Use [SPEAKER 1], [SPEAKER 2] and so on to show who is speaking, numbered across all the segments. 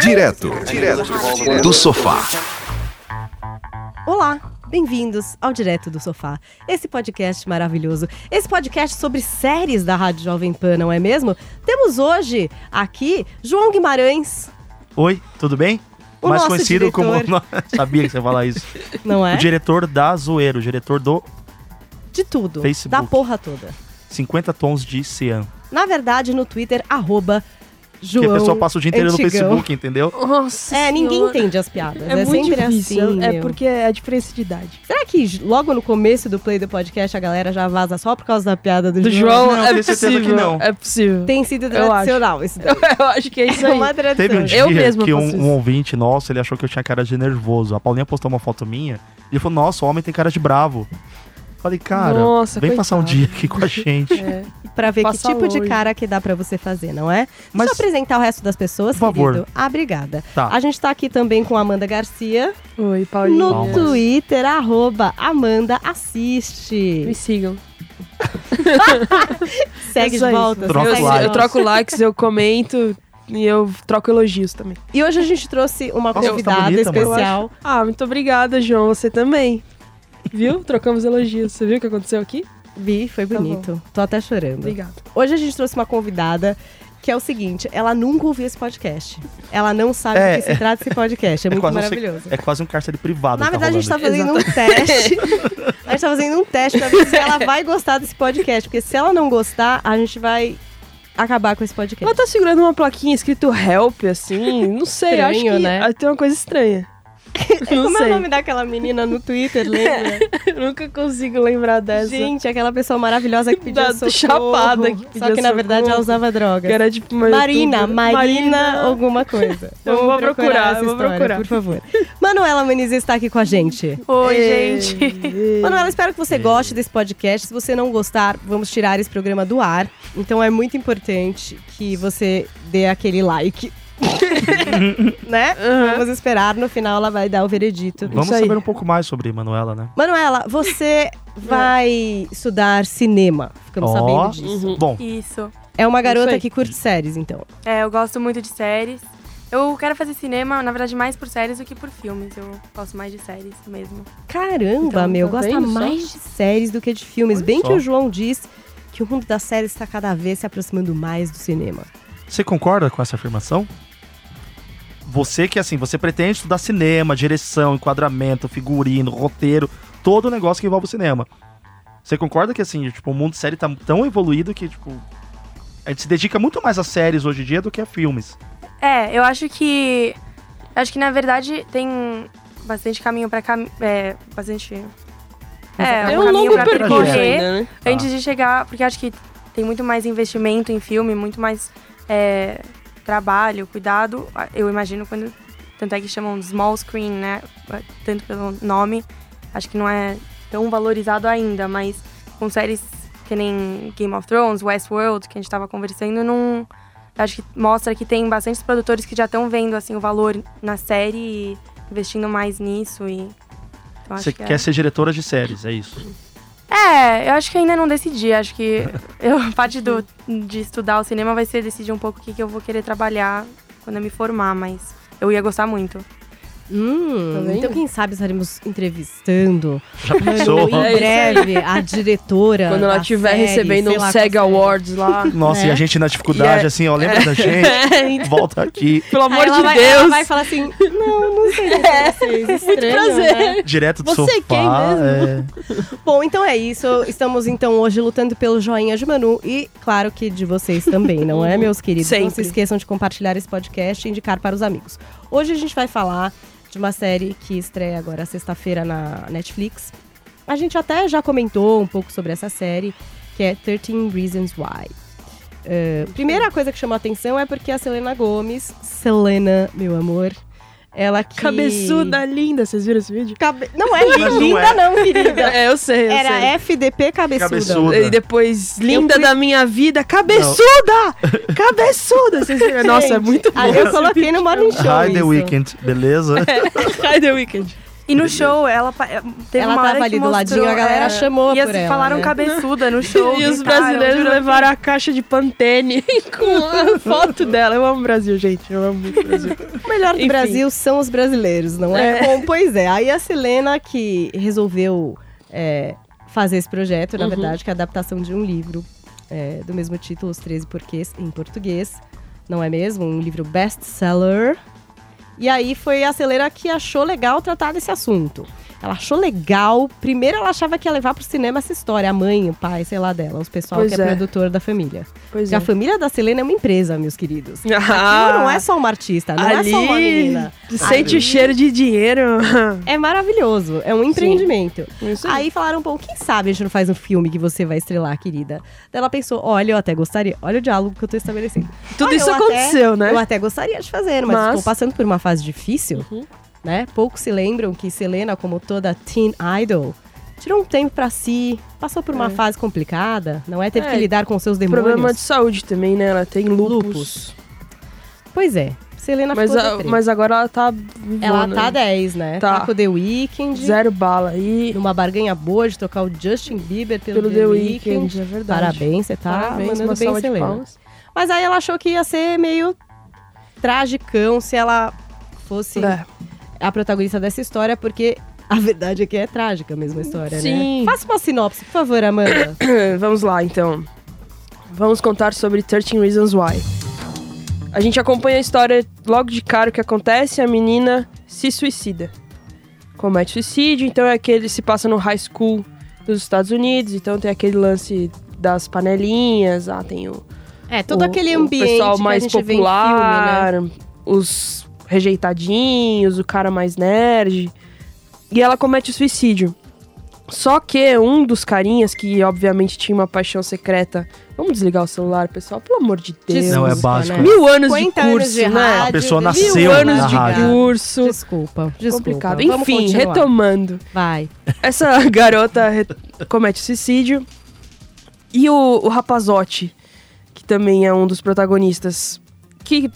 [SPEAKER 1] Direto, direto do sofá.
[SPEAKER 2] Olá, bem-vindos ao Direto do Sofá, esse podcast maravilhoso, esse podcast sobre séries da Rádio Jovem Pan, não é mesmo? Temos hoje aqui João Guimarães,
[SPEAKER 3] Oi, tudo bem?
[SPEAKER 2] O
[SPEAKER 3] Mais
[SPEAKER 2] nosso
[SPEAKER 3] conhecido
[SPEAKER 2] diretor.
[SPEAKER 3] como. Sabia que você ia falar isso.
[SPEAKER 2] não é?
[SPEAKER 3] O diretor da Zoeiro, o diretor do
[SPEAKER 2] De tudo,
[SPEAKER 3] Facebook.
[SPEAKER 2] da porra toda.
[SPEAKER 3] 50 Tons de Cian.
[SPEAKER 2] Na verdade, no Twitter, arroba João
[SPEAKER 3] Que a pessoa passa o dia inteiro
[SPEAKER 2] Antigão.
[SPEAKER 3] no Facebook, entendeu?
[SPEAKER 4] Nossa
[SPEAKER 2] É, ninguém
[SPEAKER 4] Senhora.
[SPEAKER 2] entende as piadas,
[SPEAKER 4] É,
[SPEAKER 2] é,
[SPEAKER 4] muito
[SPEAKER 2] sempre
[SPEAKER 4] difícil.
[SPEAKER 2] assim.
[SPEAKER 4] é
[SPEAKER 2] meu.
[SPEAKER 4] porque é a diferença de idade.
[SPEAKER 2] Será que logo no começo do play do podcast a galera já vaza só por causa da piada do,
[SPEAKER 3] não,
[SPEAKER 4] é
[SPEAKER 3] tenho certeza
[SPEAKER 4] possível.
[SPEAKER 3] que não.
[SPEAKER 4] É possível.
[SPEAKER 2] Tem sido
[SPEAKER 4] Eu acho.
[SPEAKER 2] tradicional isso daí.
[SPEAKER 4] Eu acho que é isso
[SPEAKER 2] É
[SPEAKER 4] aí.
[SPEAKER 2] uma tradição.
[SPEAKER 3] Teve um dia
[SPEAKER 4] Eu mesma
[SPEAKER 3] que um,
[SPEAKER 4] faço isso.
[SPEAKER 3] um ouvinte nosso, ele achou que eu tinha cara de nervoso. A Paulinha postou uma foto minha e ele falou, nossa, o homem tem cara de bravo. Falei, cara,
[SPEAKER 4] Nossa,
[SPEAKER 3] vem passar um
[SPEAKER 4] coitado.
[SPEAKER 3] dia aqui com a gente.
[SPEAKER 4] É.
[SPEAKER 2] Pra ver que
[SPEAKER 4] Passa
[SPEAKER 2] tipo de
[SPEAKER 4] longe.
[SPEAKER 2] cara que dá pra você fazer, não é?
[SPEAKER 3] Mas-
[SPEAKER 2] Deixa eu apresentar o resto das pessoas,
[SPEAKER 3] Por favor.
[SPEAKER 2] querido. Ah, obrigada.
[SPEAKER 3] Tá.
[SPEAKER 2] A gente tá aqui também com Amanda Garcia
[SPEAKER 4] Oi, Paulinha.
[SPEAKER 2] no
[SPEAKER 3] Palmas.
[SPEAKER 2] Twitter, arroba Amanda Assiste.
[SPEAKER 4] Me sigam.
[SPEAKER 2] Segue
[SPEAKER 4] É
[SPEAKER 2] de
[SPEAKER 4] só
[SPEAKER 2] volta.
[SPEAKER 4] isso.
[SPEAKER 3] Troca
[SPEAKER 4] eu,
[SPEAKER 2] segue de
[SPEAKER 3] likes.
[SPEAKER 4] eu
[SPEAKER 2] volta.
[SPEAKER 4] troco likes, eu comento e eu troco elogios também.
[SPEAKER 2] E hoje a gente trouxe uma
[SPEAKER 3] Nossa, você tá
[SPEAKER 2] convidada
[SPEAKER 3] bonita, amor.
[SPEAKER 2] especial.
[SPEAKER 4] Ah, muito obrigada, João. Você também. Viu? Trocamos elogios. Você viu o que aconteceu aqui?
[SPEAKER 2] Vi, foi
[SPEAKER 4] Tá bom.
[SPEAKER 2] bonito. Tô até chorando.
[SPEAKER 4] Obrigada.
[SPEAKER 2] Hoje a gente trouxe uma convidada que é o seguinte, ela nunca ouviu esse podcast. Ela não sabe
[SPEAKER 3] É,
[SPEAKER 2] do que se trata esse podcast. É, muito
[SPEAKER 3] quase um
[SPEAKER 2] maravilhoso.
[SPEAKER 3] sec- é quase um cárcere privado.
[SPEAKER 2] Na
[SPEAKER 3] que tá
[SPEAKER 2] verdade, a gente tá
[SPEAKER 3] rolando
[SPEAKER 2] fazendo um teste. A gente tá fazendo um teste pra ver se ela vai gostar desse podcast. Porque se ela não gostar, a gente vai acabar com esse
[SPEAKER 4] Ela
[SPEAKER 2] podcast.
[SPEAKER 4] tá segurando uma plaquinha escrito help, assim. Não sei, acho
[SPEAKER 2] Estranho,
[SPEAKER 4] que
[SPEAKER 2] né?
[SPEAKER 4] ah, tem uma coisa estranha. Não
[SPEAKER 2] Como
[SPEAKER 4] sei.
[SPEAKER 2] é o nome daquela menina no Twitter, lembra?
[SPEAKER 4] Eu nunca consigo lembrar dessa.
[SPEAKER 2] Gente, aquela pessoa maravilhosa que pediu
[SPEAKER 4] Da-
[SPEAKER 2] socorro.
[SPEAKER 4] chapada que pedia
[SPEAKER 2] Só que, na verdade,
[SPEAKER 4] socorro.
[SPEAKER 2] ela usava
[SPEAKER 4] que
[SPEAKER 2] drogas.
[SPEAKER 4] era tipo uma
[SPEAKER 2] Marina,
[SPEAKER 4] youtuber.
[SPEAKER 2] Marina, alguma coisa.
[SPEAKER 4] Eu vou
[SPEAKER 2] Vamos
[SPEAKER 4] procurar,
[SPEAKER 2] essa
[SPEAKER 4] eu vou
[SPEAKER 2] história,
[SPEAKER 4] procurar.
[SPEAKER 2] Por favor. Manuela Menezes está aqui com a gente.
[SPEAKER 5] Oi,
[SPEAKER 4] Ei.
[SPEAKER 5] gente.
[SPEAKER 2] Manuela, espero que você goste desse podcast. Se você não gostar, vamos tirar esse programa do ar. Então é muito importante que você dê aquele like. né?
[SPEAKER 4] Aham.
[SPEAKER 2] Vamos esperar, no final ela vai dar o veredito.
[SPEAKER 3] Vamos
[SPEAKER 4] Isso aí.
[SPEAKER 3] saber um pouco mais sobre Manuela, né?
[SPEAKER 2] Manuela, você
[SPEAKER 4] Hum.
[SPEAKER 2] vai estudar cinema. Ficamos
[SPEAKER 3] Ó.
[SPEAKER 2] sabendo disso.
[SPEAKER 4] Uhum.
[SPEAKER 3] Bom,
[SPEAKER 5] Isso.
[SPEAKER 2] É uma garota
[SPEAKER 4] aí.
[SPEAKER 2] que curte séries, então.
[SPEAKER 5] É, eu gosto muito de séries. Eu quero fazer cinema, na verdade, mais por séries do que por filmes. Eu gosto mais de séries mesmo.
[SPEAKER 2] Caramba,
[SPEAKER 4] Então,
[SPEAKER 2] meu,
[SPEAKER 4] tá
[SPEAKER 2] gosta
[SPEAKER 4] vendo só?
[SPEAKER 2] mais de séries do que de filmes. Bem
[SPEAKER 3] só.
[SPEAKER 2] que o João diz que o mundo das séries está cada vez se aproximando mais do cinema.
[SPEAKER 3] Você concorda com essa afirmação? Você que, assim, você pretende estudar cinema, direção, enquadramento, figurino, roteiro, todo o negócio que envolve o cinema. Você concorda que, assim, tipo, o mundo de série tá tão evoluído que, tipo, a gente se dedica muito mais a séries hoje em dia do que a filmes.
[SPEAKER 5] É, eu acho que. Acho que na verdade tem bastante caminho pra cam... é, bastante. É,
[SPEAKER 4] É
[SPEAKER 5] um
[SPEAKER 4] um
[SPEAKER 5] caminho
[SPEAKER 4] longo
[SPEAKER 5] pra
[SPEAKER 4] percurso
[SPEAKER 5] percorrer
[SPEAKER 4] ainda, né?
[SPEAKER 3] Tá.
[SPEAKER 5] antes de chegar. Porque acho que tem muito mais investimento em filme, muito mais é, trabalho, cuidado. Eu imagino quando. Tanto é que chamam de small screen, né? Tanto pelo nome. Acho que não é tão valorizado ainda, mas com séries que nem Game of Thrones, Westworld, que a gente tava conversando, não. Acho que mostra que tem bastantes produtores que já estão vendo assim, o valor na série e investindo mais nisso. E, então, acho
[SPEAKER 3] Você
[SPEAKER 5] que é.
[SPEAKER 3] quer ser diretora de séries, é isso.
[SPEAKER 5] É, eu acho que ainda não decidi. Acho que eu, a parte do, de estudar o cinema vai ser decidir um pouco o que, que eu vou querer trabalhar quando eu me formar, mas eu ia gostar muito.
[SPEAKER 2] Hum,
[SPEAKER 4] Tá vendo?
[SPEAKER 2] então quem sabe estaremos entrevistando
[SPEAKER 3] Já pensou?
[SPEAKER 2] Manu, em
[SPEAKER 4] É isso aí.
[SPEAKER 2] breve a diretora.
[SPEAKER 4] Quando ela
[SPEAKER 2] da
[SPEAKER 4] estiver
[SPEAKER 2] série,
[SPEAKER 4] recebendo
[SPEAKER 2] sei
[SPEAKER 4] um
[SPEAKER 2] lá,
[SPEAKER 4] SEG
[SPEAKER 2] qual série.
[SPEAKER 4] Awards lá.
[SPEAKER 3] Nossa, e a gente na dificuldade,
[SPEAKER 4] E é-
[SPEAKER 3] assim, ó, lembra da gente? Volta aqui,
[SPEAKER 4] Pelo
[SPEAKER 2] Aí
[SPEAKER 4] amor
[SPEAKER 2] ela
[SPEAKER 4] de
[SPEAKER 2] vai,
[SPEAKER 4] Deus. É,
[SPEAKER 2] Ela vai falar assim: não, não sei dizer pra vocês. Estranho,
[SPEAKER 4] prazer.
[SPEAKER 2] né?"
[SPEAKER 3] direto do sofá.
[SPEAKER 4] Você
[SPEAKER 3] é.
[SPEAKER 4] quem
[SPEAKER 3] mesmo?
[SPEAKER 2] Bom, então é isso. Estamos então hoje lutando pelo joinha de Manu e, claro que de vocês também, não é, meus queridos? Não se
[SPEAKER 4] Sempre.
[SPEAKER 2] esqueçam de compartilhar esse podcast e indicar para os amigos. Hoje a gente vai falar de uma série que estreia agora sexta-feira na Netflix. A gente até já comentou um pouco sobre essa série, que é 13 Reasons Why. Eh, primeira coisa que chamou a atenção é porque a Selena Gomes, Selena, meu amor, ela que...
[SPEAKER 4] Cabeçuda linda, vocês viram esse vídeo?
[SPEAKER 2] Cabe- Não é
[SPEAKER 3] Mas não
[SPEAKER 2] linda
[SPEAKER 3] é.
[SPEAKER 2] não, querida.
[SPEAKER 4] É, eu sei, eu
[SPEAKER 2] Era
[SPEAKER 4] sei.
[SPEAKER 2] FDP cabeçuda.
[SPEAKER 3] Cabeçuda.
[SPEAKER 4] E depois, linda
[SPEAKER 2] fui-
[SPEAKER 4] da minha vida, cabeçuda! Cabeçuda! Vocês viram? Nossa, é
[SPEAKER 2] Gente,
[SPEAKER 4] muito bom.
[SPEAKER 2] aí Eu coloquei no Morning Show
[SPEAKER 3] Hi, The
[SPEAKER 2] isso.
[SPEAKER 3] Weeknd, beleza?
[SPEAKER 4] Hi The Weekend.
[SPEAKER 5] E no show, ela pa- eh, teve
[SPEAKER 2] Ela
[SPEAKER 5] uma hora
[SPEAKER 2] tava
[SPEAKER 5] que
[SPEAKER 2] ali do
[SPEAKER 5] mostrou,
[SPEAKER 2] ladinho, a galera
[SPEAKER 5] é,
[SPEAKER 2] chamou
[SPEAKER 5] e
[SPEAKER 2] por
[SPEAKER 5] assim,
[SPEAKER 2] ela,
[SPEAKER 5] falaram
[SPEAKER 2] né?
[SPEAKER 5] cabeçuda no show.
[SPEAKER 4] E os
[SPEAKER 5] gritaram,
[SPEAKER 4] brasileiros
[SPEAKER 5] juro. É.
[SPEAKER 4] levaram a caixa de Pantene com a foto dela. Eu amo o Brasil, gente. Eu amo muito o Brasil.
[SPEAKER 2] O melhor do
[SPEAKER 4] Enfim.
[SPEAKER 2] Brasil são os brasileiros, não é?
[SPEAKER 4] É.
[SPEAKER 2] Bom, pois é. Aí a Selena que resolveu é, fazer esse projeto, na
[SPEAKER 4] Uhum.
[SPEAKER 2] verdade, que é a adaptação de um livro é, do mesmo título, Os 13 Porquês, em português. Não é mesmo? Um livro best-seller. E aí foi a Selena que achou legal tratar desse assunto. Ela achou legal. Primeiro ela achava que ia levar pro cinema essa história. A mãe, o pai, sei lá dela. Os pessoal
[SPEAKER 4] Pois
[SPEAKER 2] que é,
[SPEAKER 4] é.
[SPEAKER 2] produtor da família.
[SPEAKER 4] Pois
[SPEAKER 2] Porque a família da Selena é uma empresa, meus queridos.
[SPEAKER 4] Ah,
[SPEAKER 2] Aquilo não é só uma artista, não é só uma
[SPEAKER 4] ali
[SPEAKER 2] menina.
[SPEAKER 4] Sente o cheiro de dinheiro.
[SPEAKER 2] É maravilhoso, é um empreendimento.
[SPEAKER 4] Isso
[SPEAKER 2] Aí falaram, bom, quem sabe a gente não faz um filme que você vai estrelar, querida? Daí ela pensou, olha, eu até gostaria. Olha o diálogo que eu tô estabelecendo.
[SPEAKER 4] Tudo
[SPEAKER 2] Olha,
[SPEAKER 4] isso
[SPEAKER 2] eu até-
[SPEAKER 4] aconteceu, né?
[SPEAKER 2] Eu até gostaria de fazer, mas,
[SPEAKER 4] Mas- Uhum.
[SPEAKER 2] estou passando por uma fase difícil, né? Poucos se lembram que Selena, como toda teen idol, tirou um tempo pra si, passou por uma fase complicada, não é? Teve
[SPEAKER 4] É,
[SPEAKER 2] que lidar com seus demônios.
[SPEAKER 4] Problema de saúde também, né? Ela tem lupus.
[SPEAKER 2] Lupus. Pois é, Selena
[SPEAKER 4] Mas,
[SPEAKER 2] ficou
[SPEAKER 4] a-
[SPEAKER 2] deprê.
[SPEAKER 4] mas agora ela tá. vivona.
[SPEAKER 2] Ela tá 10, né?
[SPEAKER 4] Tá.
[SPEAKER 2] com The Weeknd.
[SPEAKER 4] Zero bala. E
[SPEAKER 2] Numa barganha boa de trocar o Justin Bieber pelo,
[SPEAKER 4] pelo The Weeknd, é verdade.
[SPEAKER 2] Parabéns, você tá
[SPEAKER 4] Parabéns,
[SPEAKER 2] mandando
[SPEAKER 4] uma
[SPEAKER 2] bem,
[SPEAKER 4] salva de
[SPEAKER 2] Selena.
[SPEAKER 4] palmas.
[SPEAKER 2] Mas aí ela achou que ia ser meio tragicão se ela fosse
[SPEAKER 4] É.
[SPEAKER 2] a protagonista dessa história, porque a verdade é que é trágica mesmo a história,
[SPEAKER 4] Sim.
[SPEAKER 2] né? Faça uma sinopse, por favor, Amanda.
[SPEAKER 4] Vamos lá, então. Vamos contar sobre 13 Reasons Why. A gente acompanha a história logo de cara o que acontece, a menina se suicida. Comete suicídio, então é aquele se passa no high school dos Estados Unidos, então tem aquele lance das panelinhas, ah, tem o
[SPEAKER 2] É, todo
[SPEAKER 4] o-
[SPEAKER 2] aquele
[SPEAKER 4] o
[SPEAKER 2] ambiente
[SPEAKER 4] pessoal
[SPEAKER 2] que
[SPEAKER 4] mais
[SPEAKER 2] a gente vê em filme, né?
[SPEAKER 4] popular, os rejeitadinhos, o cara mais nerd. E ela comete o suicídio. Só que um dos carinhas que obviamente tinha uma paixão secreta. Vamos desligar o celular, pessoal, pelo amor de Deus.
[SPEAKER 2] Desculpa,
[SPEAKER 3] Não, é básico,
[SPEAKER 2] né?
[SPEAKER 3] é.
[SPEAKER 4] Mil anos de
[SPEAKER 2] 50 anos
[SPEAKER 4] curso,
[SPEAKER 2] de
[SPEAKER 4] né?
[SPEAKER 2] rádio,
[SPEAKER 3] A pessoa
[SPEAKER 2] mil
[SPEAKER 3] nasceu
[SPEAKER 4] Mil
[SPEAKER 3] na
[SPEAKER 4] anos de
[SPEAKER 3] rádio.
[SPEAKER 4] curso.
[SPEAKER 2] Desculpa, desculpa.
[SPEAKER 4] Complicado.
[SPEAKER 2] Vamos
[SPEAKER 4] Enfim,
[SPEAKER 2] continuar.
[SPEAKER 4] retomando
[SPEAKER 2] Vai.
[SPEAKER 4] essa garota re- comete suicídio. E o, o rapazote, que também é um dos protagonistas, que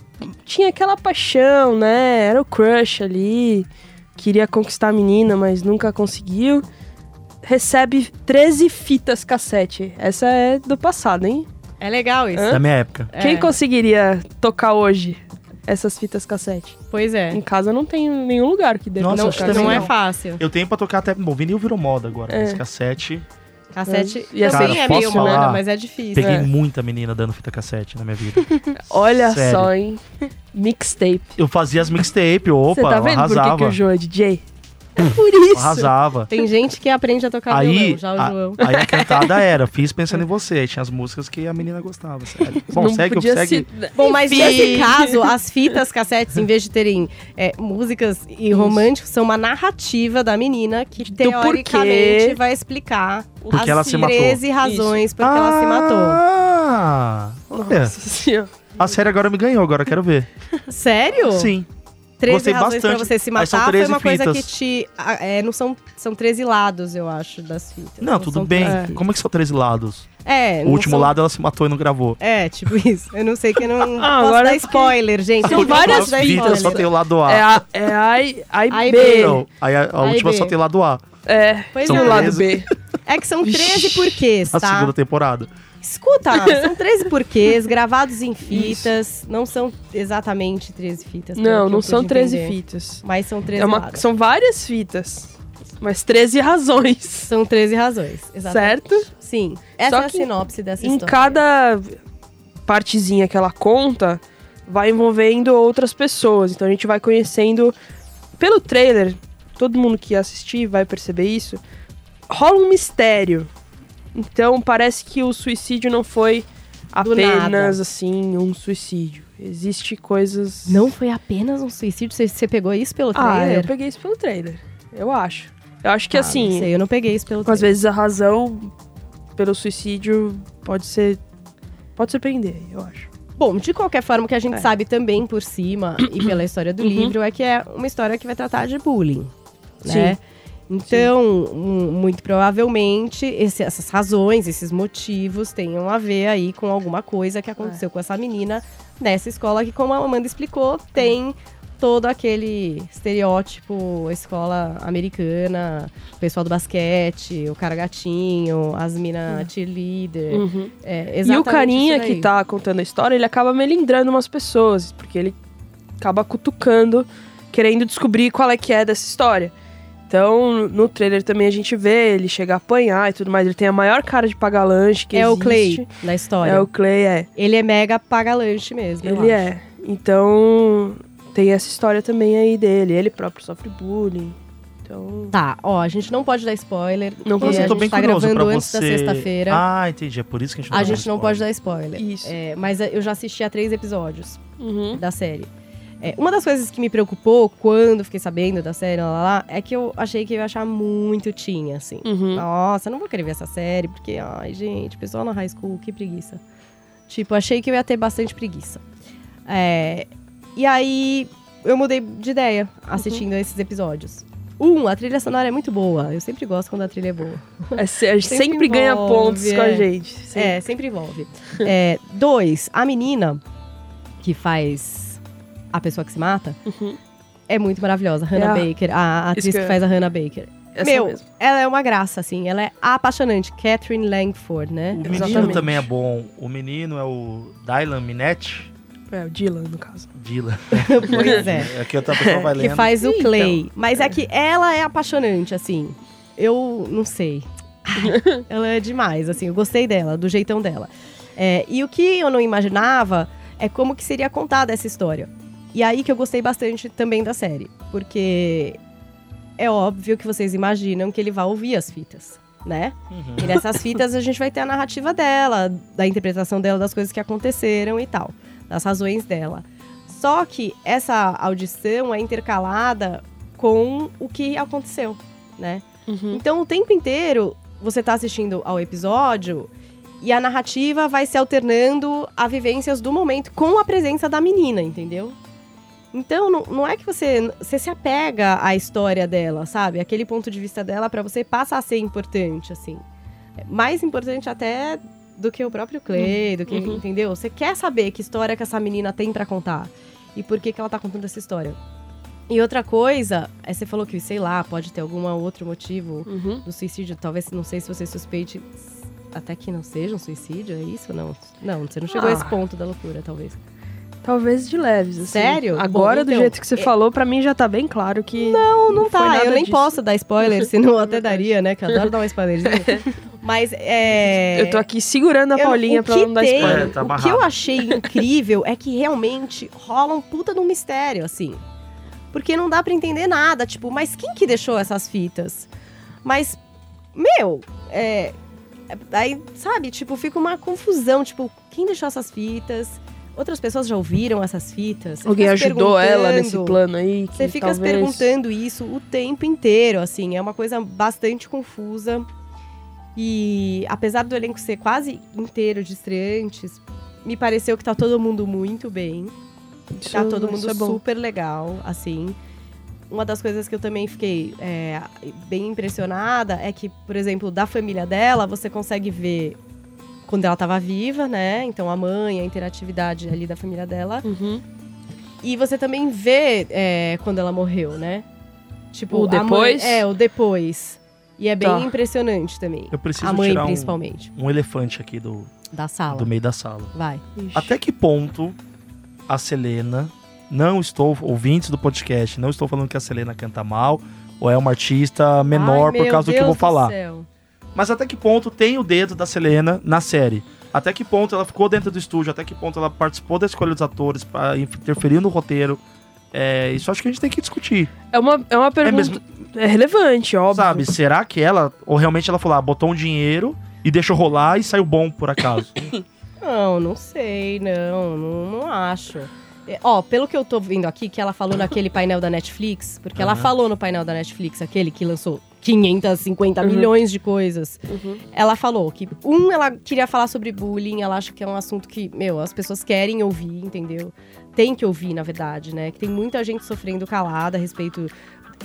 [SPEAKER 4] tinha aquela paixão, né? Era o crush ali, queria conquistar a menina, mas nunca conseguiu. Recebe 13 fitas cassete. Essa é do passado, hein?
[SPEAKER 2] É legal isso.
[SPEAKER 3] Da minha época.
[SPEAKER 2] É,
[SPEAKER 4] Quem conseguiria tocar hoje essas fitas cassete?
[SPEAKER 2] Pois é.
[SPEAKER 4] Em casa não tem nenhum lugar que dê pra
[SPEAKER 3] Nossa,
[SPEAKER 2] não,
[SPEAKER 3] acho que
[SPEAKER 4] tocar.
[SPEAKER 2] não
[SPEAKER 3] também
[SPEAKER 2] é
[SPEAKER 3] não.
[SPEAKER 2] fácil.
[SPEAKER 3] Eu tenho pra tocar até. Bom, vinil virou moda agora,
[SPEAKER 4] É.
[SPEAKER 3] mas cassete. Hum.
[SPEAKER 2] Cassete
[SPEAKER 4] E assim,
[SPEAKER 2] também é
[SPEAKER 3] Cara,
[SPEAKER 2] meio
[SPEAKER 3] posso
[SPEAKER 2] humana,
[SPEAKER 3] falar?
[SPEAKER 2] mas é difícil.
[SPEAKER 3] Peguei
[SPEAKER 4] É.
[SPEAKER 3] muita menina dando fita cassete na minha vida.
[SPEAKER 4] Olha
[SPEAKER 3] Sério.
[SPEAKER 4] só, hein? Mixtape.
[SPEAKER 3] Eu fazia as mixtape, opa,
[SPEAKER 4] Você tá
[SPEAKER 3] eu
[SPEAKER 4] vendo por que
[SPEAKER 3] arrasava.
[SPEAKER 4] que o João é DJ? É por isso.
[SPEAKER 3] eu arrasava.
[SPEAKER 2] Tem gente que aprende a tocar
[SPEAKER 3] um Aí,
[SPEAKER 2] violão, já o
[SPEAKER 3] a,
[SPEAKER 2] João.
[SPEAKER 3] aí a cantada era, fiz pensando em você. Aí tinha as músicas que a menina gostava, sério. Bom,
[SPEAKER 4] Não
[SPEAKER 3] segue,
[SPEAKER 4] podia
[SPEAKER 3] segue.
[SPEAKER 4] se-
[SPEAKER 2] Bom, mas
[SPEAKER 4] Enfim.
[SPEAKER 2] nesse caso, as fitas cassetes, em vez de terem é, músicas e românticos, são uma narrativa da menina que teoricamente
[SPEAKER 4] porquê.
[SPEAKER 2] vai explicar
[SPEAKER 3] Porque
[SPEAKER 2] as
[SPEAKER 3] ela se matou. Ah.
[SPEAKER 2] 13 razões porque ela se matou.
[SPEAKER 3] matou. Ah, Olha,
[SPEAKER 4] Nossa senhora.
[SPEAKER 3] a série agora me ganhou, agora eu quero ver.
[SPEAKER 2] Sério?
[SPEAKER 3] Sim.
[SPEAKER 2] 13
[SPEAKER 3] Gostei
[SPEAKER 2] razões pra
[SPEAKER 3] bastante.
[SPEAKER 2] você se
[SPEAKER 3] Aí são
[SPEAKER 2] matar foi
[SPEAKER 3] 13
[SPEAKER 2] uma coisa
[SPEAKER 3] fitas.
[SPEAKER 2] que te. ah, é, não são, são 13 lados, eu acho, das fitas.
[SPEAKER 3] Não, tudo
[SPEAKER 2] são
[SPEAKER 3] bem.
[SPEAKER 2] 13.
[SPEAKER 3] Como é que são 13 lados?
[SPEAKER 2] É,
[SPEAKER 3] O
[SPEAKER 2] não
[SPEAKER 3] último
[SPEAKER 2] são-
[SPEAKER 3] lado ela se matou e não gravou.
[SPEAKER 2] É, tipo isso. Eu não sei que eu não
[SPEAKER 4] Ah,
[SPEAKER 2] posso
[SPEAKER 4] agora
[SPEAKER 2] dar
[SPEAKER 4] eu fiquei-
[SPEAKER 2] spoiler, gente.
[SPEAKER 4] São
[SPEAKER 2] Eu não
[SPEAKER 4] várias
[SPEAKER 2] posso dar
[SPEAKER 4] fitas,
[SPEAKER 3] Fita
[SPEAKER 2] spoiler.
[SPEAKER 3] só tem o lado A.
[SPEAKER 4] É a, é a, I- a,
[SPEAKER 2] A
[SPEAKER 4] I
[SPEAKER 2] e
[SPEAKER 4] B.
[SPEAKER 3] Não, aí a, a
[SPEAKER 2] Aí,
[SPEAKER 3] última
[SPEAKER 2] B.
[SPEAKER 3] só tem lado A,
[SPEAKER 4] É,
[SPEAKER 2] Pois
[SPEAKER 3] São
[SPEAKER 4] tem
[SPEAKER 2] é.
[SPEAKER 4] o lado
[SPEAKER 3] treze.
[SPEAKER 4] B.
[SPEAKER 2] É que são 13
[SPEAKER 4] Vixe,
[SPEAKER 2] porquês,
[SPEAKER 3] a
[SPEAKER 2] tá?
[SPEAKER 3] segunda temporada.
[SPEAKER 2] Escuta, são 13 porquês gravados em fitas. Não são exatamente 13 fitas. pelo que eu
[SPEAKER 4] Não, não
[SPEAKER 2] pude
[SPEAKER 4] são 13
[SPEAKER 2] entender,
[SPEAKER 4] fitas.
[SPEAKER 2] Mas são 13
[SPEAKER 4] É uma,
[SPEAKER 2] lados.
[SPEAKER 4] são várias fitas, mas 13 razões,
[SPEAKER 2] São 13 razões, exatamente.
[SPEAKER 4] certo?
[SPEAKER 2] Sim. Essa
[SPEAKER 4] Só
[SPEAKER 2] é a
[SPEAKER 4] que
[SPEAKER 2] sinopse dessa
[SPEAKER 4] em
[SPEAKER 2] história.
[SPEAKER 4] cada partezinha que ela conta, vai envolvendo outras pessoas. Então a gente vai conhecendo pelo trailer. Todo mundo que assistir vai perceber isso. Rola um mistério. Então parece que o suicídio não foi apenas
[SPEAKER 2] nada.
[SPEAKER 4] assim um suicídio. Existe coisas.
[SPEAKER 2] Não foi apenas um suicídio? Você, você pegou isso pelo
[SPEAKER 4] Ah, eu
[SPEAKER 2] trailer?
[SPEAKER 4] peguei isso pelo trailer. Eu acho. Eu acho que
[SPEAKER 2] Ah, Não
[SPEAKER 4] assim,
[SPEAKER 2] sei, eu não peguei isso pelo
[SPEAKER 4] às
[SPEAKER 2] trailer.
[SPEAKER 4] vezes a razão pelo suicídio pode ser pode surpreender, eu acho.
[SPEAKER 2] Bom, de qualquer forma, o que a gente
[SPEAKER 4] É.
[SPEAKER 2] sabe também por cima e pela história do
[SPEAKER 4] Uhum.
[SPEAKER 2] livro é que é uma história que vai tratar de bullying, né? Então, mu- muito provavelmente, esse- essas razões, esses motivos tenham a ver aí com
[SPEAKER 4] É.
[SPEAKER 2] alguma coisa que aconteceu com essa menina nessa escola que, como a Amanda explicou, tem todo aquele estereótipo escola americana, o pessoal do basquete, o cara gatinho, as mina cheerleader.
[SPEAKER 4] Uhum.
[SPEAKER 2] É,
[SPEAKER 4] Hum. E o
[SPEAKER 2] exatamente
[SPEAKER 4] carinha
[SPEAKER 2] isso daí.
[SPEAKER 4] que tá contando a história, ele acaba melindrando umas pessoas, porque ele acaba cutucando, querendo descobrir qual é que é dessa história. Então, no trailer também a gente vê ele chegar a apanhar e tudo mais. Ele tem a maior cara de pagar lanche que
[SPEAKER 2] É o
[SPEAKER 4] existe.
[SPEAKER 2] Clay na história.
[SPEAKER 4] É o Clay, é.
[SPEAKER 2] Ele é mega paga-lanche mesmo. eu
[SPEAKER 4] Ele
[SPEAKER 2] acho.
[SPEAKER 4] é. Então, tem essa história também aí dele. Ele próprio sofre bullying. Então,
[SPEAKER 2] Tá, ó, a gente não pode dar spoiler.
[SPEAKER 4] Não
[SPEAKER 2] porque
[SPEAKER 4] consigo.
[SPEAKER 2] a
[SPEAKER 4] Eu
[SPEAKER 3] tô
[SPEAKER 2] gente
[SPEAKER 3] bem
[SPEAKER 2] tá
[SPEAKER 3] curioso
[SPEAKER 2] gravando
[SPEAKER 3] pra
[SPEAKER 2] antes
[SPEAKER 3] você.
[SPEAKER 2] da sexta-feira.
[SPEAKER 3] Ah, entendi. É por isso que a gente não
[SPEAKER 2] a
[SPEAKER 3] pode dar
[SPEAKER 2] gente não
[SPEAKER 3] spoiler.
[SPEAKER 2] pode dar spoiler.
[SPEAKER 4] Isso.
[SPEAKER 2] É, mas eu já assisti a três episódios
[SPEAKER 4] uhum.
[SPEAKER 2] da série. É, uma das coisas que me preocupou quando fiquei sabendo da série, lá, lá, lá, é que eu achei que eu ia achar muito tinha, assim.
[SPEAKER 4] Uhum.
[SPEAKER 2] Nossa, eu não vou querer ver essa série, porque, ai, gente, pessoal na high school, que preguiça. Tipo, achei que eu ia ter bastante preguiça. É, e aí, eu mudei de ideia assistindo
[SPEAKER 4] Uhum.
[SPEAKER 2] esses episódios. Um, a trilha sonora é muito boa. Eu sempre gosto quando a trilha é boa.
[SPEAKER 4] É se- a gente sempre,
[SPEAKER 2] Sempre
[SPEAKER 4] ganha
[SPEAKER 2] envolve,
[SPEAKER 4] pontos com a
[SPEAKER 2] é.
[SPEAKER 4] gente. Sempre.
[SPEAKER 2] É, sempre envolve. É, dois, a menina que faz a pessoa que se mata
[SPEAKER 4] Uhum.
[SPEAKER 2] é muito maravilhosa. Hannah
[SPEAKER 4] É a-
[SPEAKER 2] Baker, a
[SPEAKER 4] Isso
[SPEAKER 2] atriz
[SPEAKER 4] que
[SPEAKER 2] que
[SPEAKER 4] eu-
[SPEAKER 2] faz a Hannah Baker.
[SPEAKER 4] Essa
[SPEAKER 2] Meu,
[SPEAKER 4] mesmo.
[SPEAKER 2] Ela é uma graça, assim. Ela é apaixonante. Catherine Langford, né?
[SPEAKER 3] O menino
[SPEAKER 4] Exatamente.
[SPEAKER 3] também é bom. O menino é o Dylan Minetti.
[SPEAKER 4] É, o Dylan, no caso.
[SPEAKER 3] Dylan.
[SPEAKER 2] pois é.
[SPEAKER 3] É que outra pessoa vai
[SPEAKER 2] Que
[SPEAKER 3] lendo.
[SPEAKER 2] faz o
[SPEAKER 4] Então.
[SPEAKER 2] Clay. Mas é que ela é apaixonante, assim. Eu não sei. ela é demais, assim. Eu gostei dela, do jeitão dela. É, e o que eu não imaginava é como que seria contada essa história. E aí que eu gostei bastante também da série. Porque é óbvio que vocês imaginam que ele vai ouvir as fitas, né?
[SPEAKER 3] Uhum.
[SPEAKER 2] E nessas fitas a gente vai ter a narrativa dela, da interpretação dela das coisas que aconteceram e tal, das razões dela. Só que essa audição é intercalada com o que aconteceu, né? Então o tempo inteiro você tá assistindo ao episódio e a narrativa vai se alternando a vivências do momento com a presença da menina, entendeu? Então, não, não é que você, você se apega à história dela, sabe? Aquele ponto de vista dela pra você passa a ser importante, assim. É Mais importante até do que o próprio Clay, do que,
[SPEAKER 4] Uhum.
[SPEAKER 2] entendeu? Você quer saber que história que essa menina tem pra contar e por que que ela tá contando essa história. E outra coisa, é, você falou que, sei lá, pode ter algum outro motivo
[SPEAKER 4] Uhum.
[SPEAKER 2] do suicídio, talvez, não sei se você suspeite até que não seja um suicídio, é isso ou não? Não, você não chegou a esse
[SPEAKER 4] Ah.
[SPEAKER 2] ponto da loucura, talvez.
[SPEAKER 4] Talvez de leves, assim.
[SPEAKER 2] Sério?
[SPEAKER 4] Agora,
[SPEAKER 2] Bom,
[SPEAKER 4] do
[SPEAKER 2] então,
[SPEAKER 4] jeito que você
[SPEAKER 2] é-
[SPEAKER 4] falou, pra mim já tá bem claro que. Não,
[SPEAKER 2] não
[SPEAKER 4] foi
[SPEAKER 2] tá,
[SPEAKER 4] nada
[SPEAKER 2] eu nem
[SPEAKER 4] disso.
[SPEAKER 2] posso dar spoiler, senão eu até
[SPEAKER 4] verdade.
[SPEAKER 2] daria, né? Que eu adoro dar uma spoilerzinha. Mas é.
[SPEAKER 4] Eu tô aqui segurando a
[SPEAKER 2] eu-
[SPEAKER 4] Paulinha
[SPEAKER 2] o
[SPEAKER 4] pra
[SPEAKER 2] que
[SPEAKER 4] ela não dar
[SPEAKER 2] tem-
[SPEAKER 3] É,
[SPEAKER 4] spoiler.
[SPEAKER 3] tá
[SPEAKER 2] o que eu
[SPEAKER 3] amarrado.
[SPEAKER 2] achei incrível é que realmente rola um puta de um mistério, assim. Porque não dá pra entender nada. Tipo, mas quem que deixou essas fitas? Mas, meu, é. é- Aí, sabe, tipo, fica uma confusão. Tipo, quem deixou essas fitas? Outras pessoas já ouviram essas fitas? Você
[SPEAKER 4] Alguém
[SPEAKER 2] fica se
[SPEAKER 4] ajudou ela nesse
[SPEAKER 2] perguntando.
[SPEAKER 4] plano aí? que
[SPEAKER 2] Você fica se
[SPEAKER 4] talvez-
[SPEAKER 2] perguntando isso o tempo inteiro, assim, é uma coisa bastante confusa. E apesar do elenco ser quase inteiro de estreantes, me pareceu que tá todo mundo muito bem.
[SPEAKER 4] Isso-
[SPEAKER 2] Tá todo
[SPEAKER 4] isso
[SPEAKER 2] mundo
[SPEAKER 4] é bom.
[SPEAKER 2] super legal, assim. Uma das coisas que eu também fiquei é, bem impressionada é que, por exemplo, da família dela, você consegue ver quando ela tava viva, né? Então a mãe, a interatividade ali da família dela.
[SPEAKER 4] Uhum.
[SPEAKER 2] E você também vê é, quando ela morreu, né? Tipo,
[SPEAKER 4] O
[SPEAKER 2] a mãe-
[SPEAKER 4] depois?
[SPEAKER 2] é, o depois. E é bem
[SPEAKER 4] Tá.
[SPEAKER 2] impressionante também.
[SPEAKER 3] Eu preciso
[SPEAKER 2] A mãe,
[SPEAKER 3] tirar um-
[SPEAKER 2] principalmente,
[SPEAKER 3] um, elefante aqui do,
[SPEAKER 2] da
[SPEAKER 3] do
[SPEAKER 2] sala.
[SPEAKER 3] meio da sala.
[SPEAKER 2] Vai.
[SPEAKER 4] Ixi.
[SPEAKER 3] Até que ponto a Selena... Não estou... Ouvintes do podcast, não estou falando que a Selena canta mal ou é uma artista menor
[SPEAKER 2] Ai,
[SPEAKER 3] por
[SPEAKER 2] meu
[SPEAKER 3] causa do que eu
[SPEAKER 2] Deus
[SPEAKER 3] vou falar.
[SPEAKER 2] céu.
[SPEAKER 3] Mas até que ponto tem o dedo da Selena na série? Até que ponto ela ficou dentro do estúdio? Até que ponto ela participou da escolha dos atores pra interferir no roteiro? É, isso acho que a gente tem que discutir.
[SPEAKER 4] É uma, é uma pergunta. É, relevante, óbvio.
[SPEAKER 3] Sabe, será que ela, ou realmente ela falou, ah, botou um dinheiro e deixou rolar e saiu bom por acaso?
[SPEAKER 2] Não, não sei, não, não, não acho. É, ó, pelo que eu tô vendo aqui, que ela falou naquele painel da Netflix, porque ela
[SPEAKER 3] Aham.
[SPEAKER 2] falou no painel da Netflix, aquele que lançou 550
[SPEAKER 4] Uhum.
[SPEAKER 2] milhões de coisas.
[SPEAKER 4] Uhum.
[SPEAKER 2] Ela falou que, um, ela queria falar sobre bullying, ela acha que é um assunto que, meu, as pessoas querem ouvir, entendeu? Tem que ouvir, na verdade, né? Que tem muita gente sofrendo calada a respeito